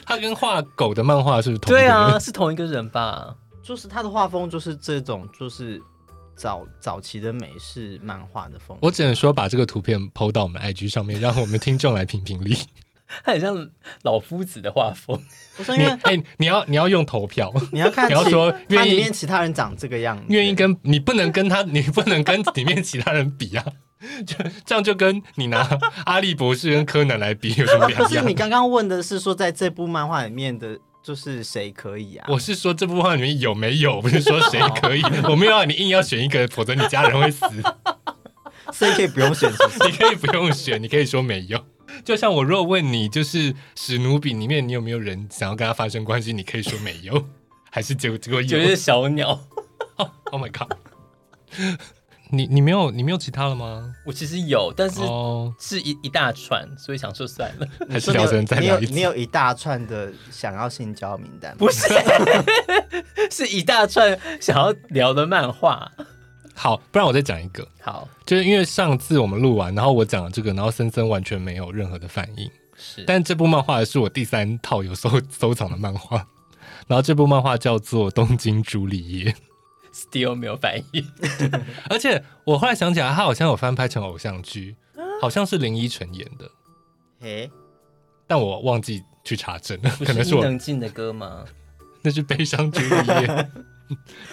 Speaker 2: 他跟画狗的漫画是不是同一个
Speaker 1: 对啊，
Speaker 2: 人，
Speaker 1: 是同一个人吧？
Speaker 3: 就是他的画风就是这种，就是早早期的美式漫画的风格。
Speaker 2: 我只能说把这个图片抛到我们 IG 上面，让我们听众来评 评理。
Speaker 1: 他很像老夫子的画风，
Speaker 3: 不是因
Speaker 2: 你
Speaker 1: 啊
Speaker 3: 为
Speaker 2: 哎、你要你要用投票，
Speaker 3: 你要看
Speaker 2: 你要
Speaker 3: 其
Speaker 2: 说
Speaker 3: 它
Speaker 2: 愿
Speaker 3: 里
Speaker 2: 意
Speaker 3: 面其他人长这个样子，
Speaker 2: 愿意跟你不能跟他， 你不能跟里面其他人比啊。 就这样就跟你拿 阿笠博士跟柯南来比有什么
Speaker 3: 不
Speaker 2: 两
Speaker 3: 哦是
Speaker 2: 样
Speaker 3: 你？刚刚问的是说在这部漫画里面的，就是谁可以啊？
Speaker 2: 我是说这部分里面有没有， 不是说谁可以。
Speaker 3: 哦
Speaker 2: 我没有啊让你硬要选一个，否则你家人会死。
Speaker 3: 所以可以不用选是不是
Speaker 2: 你可以不用选，你可以说没有。就像我若问你，就是史努比里面你有没有人想要跟他发生关系，你可以说没有， 还是结果结果
Speaker 1: 就
Speaker 2: 有
Speaker 1: 是小鸟。
Speaker 2: ？Oh my god！你你没有你没有其他了吗？
Speaker 1: 我其实有，但是
Speaker 2: 哦，
Speaker 1: 是一一大串，所以想说算了。
Speaker 2: 还是
Speaker 3: 你
Speaker 2: 聊
Speaker 3: 有
Speaker 2: 成再
Speaker 3: 你有
Speaker 2: 聊一
Speaker 3: 你
Speaker 2: 次。
Speaker 3: 有一大串的想要性交名单吗，
Speaker 1: 不是， 是一大串想要聊的漫画。
Speaker 2: 好，不然我再讲一个。
Speaker 1: 好，
Speaker 2: 就是因为上次我们录完，然后我讲了这个，然后森森完全没有任何的反应。
Speaker 1: 是，
Speaker 2: 但这部漫画是我第三套有收 收藏的漫画，然后这部漫画叫做《东京朱丽叶》，
Speaker 1: still 没有反应。
Speaker 2: 而且我后来想起来，它好像有翻拍成偶像剧，好像是林依晨演的，
Speaker 3: 嘿，
Speaker 2: 但我忘记去查证了，
Speaker 1: 不
Speaker 2: 可能
Speaker 1: 是
Speaker 2: 是
Speaker 1: 伊
Speaker 2: 我
Speaker 1: 能静的歌吗？
Speaker 2: 那是悲伤朱丽 叶。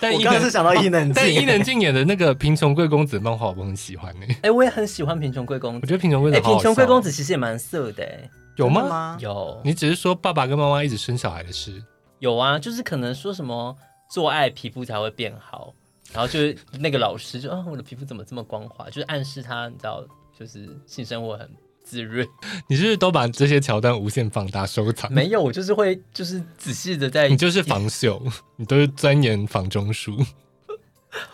Speaker 2: 但
Speaker 3: 我
Speaker 2: 伊
Speaker 3: 刚刚是
Speaker 2: 能
Speaker 3: 想到伊能
Speaker 2: 但伊
Speaker 3: 静，
Speaker 2: 能静演的那个《贫穷贵公子》漫画，我很喜欢呢、
Speaker 1: 哎、我也很喜欢《贫穷贵公
Speaker 2: 我
Speaker 1: 子
Speaker 2: 觉》得《贫穷贵
Speaker 1: 哎，
Speaker 2: 公
Speaker 1: 《
Speaker 2: 子》
Speaker 1: 贫
Speaker 2: 好哦好笑
Speaker 1: 穷贵公子》其实也蛮色的、哎，
Speaker 2: 有
Speaker 3: 真的
Speaker 2: 吗？
Speaker 3: 吗？
Speaker 1: 有
Speaker 2: 你只是说爸爸跟妈妈一直生小孩的事。
Speaker 1: 有啊，就是可能说什么做爱皮肤才会变好，然后就是那个老师就啊，我的皮肤怎么这么光滑，就是暗示他，你知道，就是性生活很滋润。
Speaker 2: 你是不是都把这些桥段无限放大收 藏？
Speaker 1: 没有，我就是会就是仔细的在，
Speaker 2: 你就是仿秀，你都是钻研仿中书。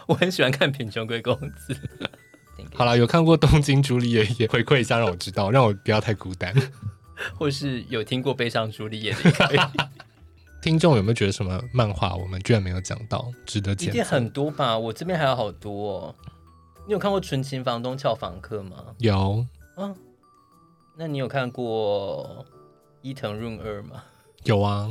Speaker 1: 我很喜欢看《贫穷贵公子》。
Speaker 2: 好啦，有看过《东京朱丽叶》也回馈一下，让我知道，让我不要太孤单。
Speaker 1: 或是有听过《悲伤朱丽 叶》的也可以，
Speaker 2: 听众有没有觉得什么漫画我们居然没有讲到，值得
Speaker 1: 一定
Speaker 2: 讲？
Speaker 1: 很多吧？我这边还有好多、哦。你有看过《纯情房东俏房客》吗？
Speaker 2: 有
Speaker 1: 啊，那你有看过伊藤润二吗？
Speaker 2: 有啊，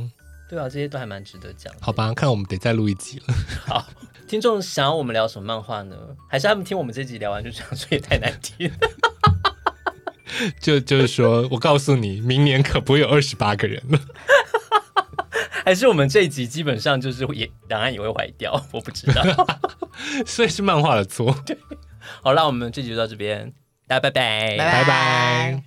Speaker 1: 对啊，这些都还蛮值得讲。
Speaker 2: 好，吧，看我们得再录一集了。
Speaker 1: 听众想要我们聊什么漫画呢？还是他们听我们这集聊完就想说也太难听？
Speaker 2: 就就是说我告诉你，明年可不会有二十八个人了。
Speaker 1: 还是我们这一集基本上就是也档案也会坏掉？我不知道。
Speaker 2: 所以是漫画的错。
Speaker 1: 好，那我们这集就到这边，大家拜拜，
Speaker 3: 拜
Speaker 2: 拜拜。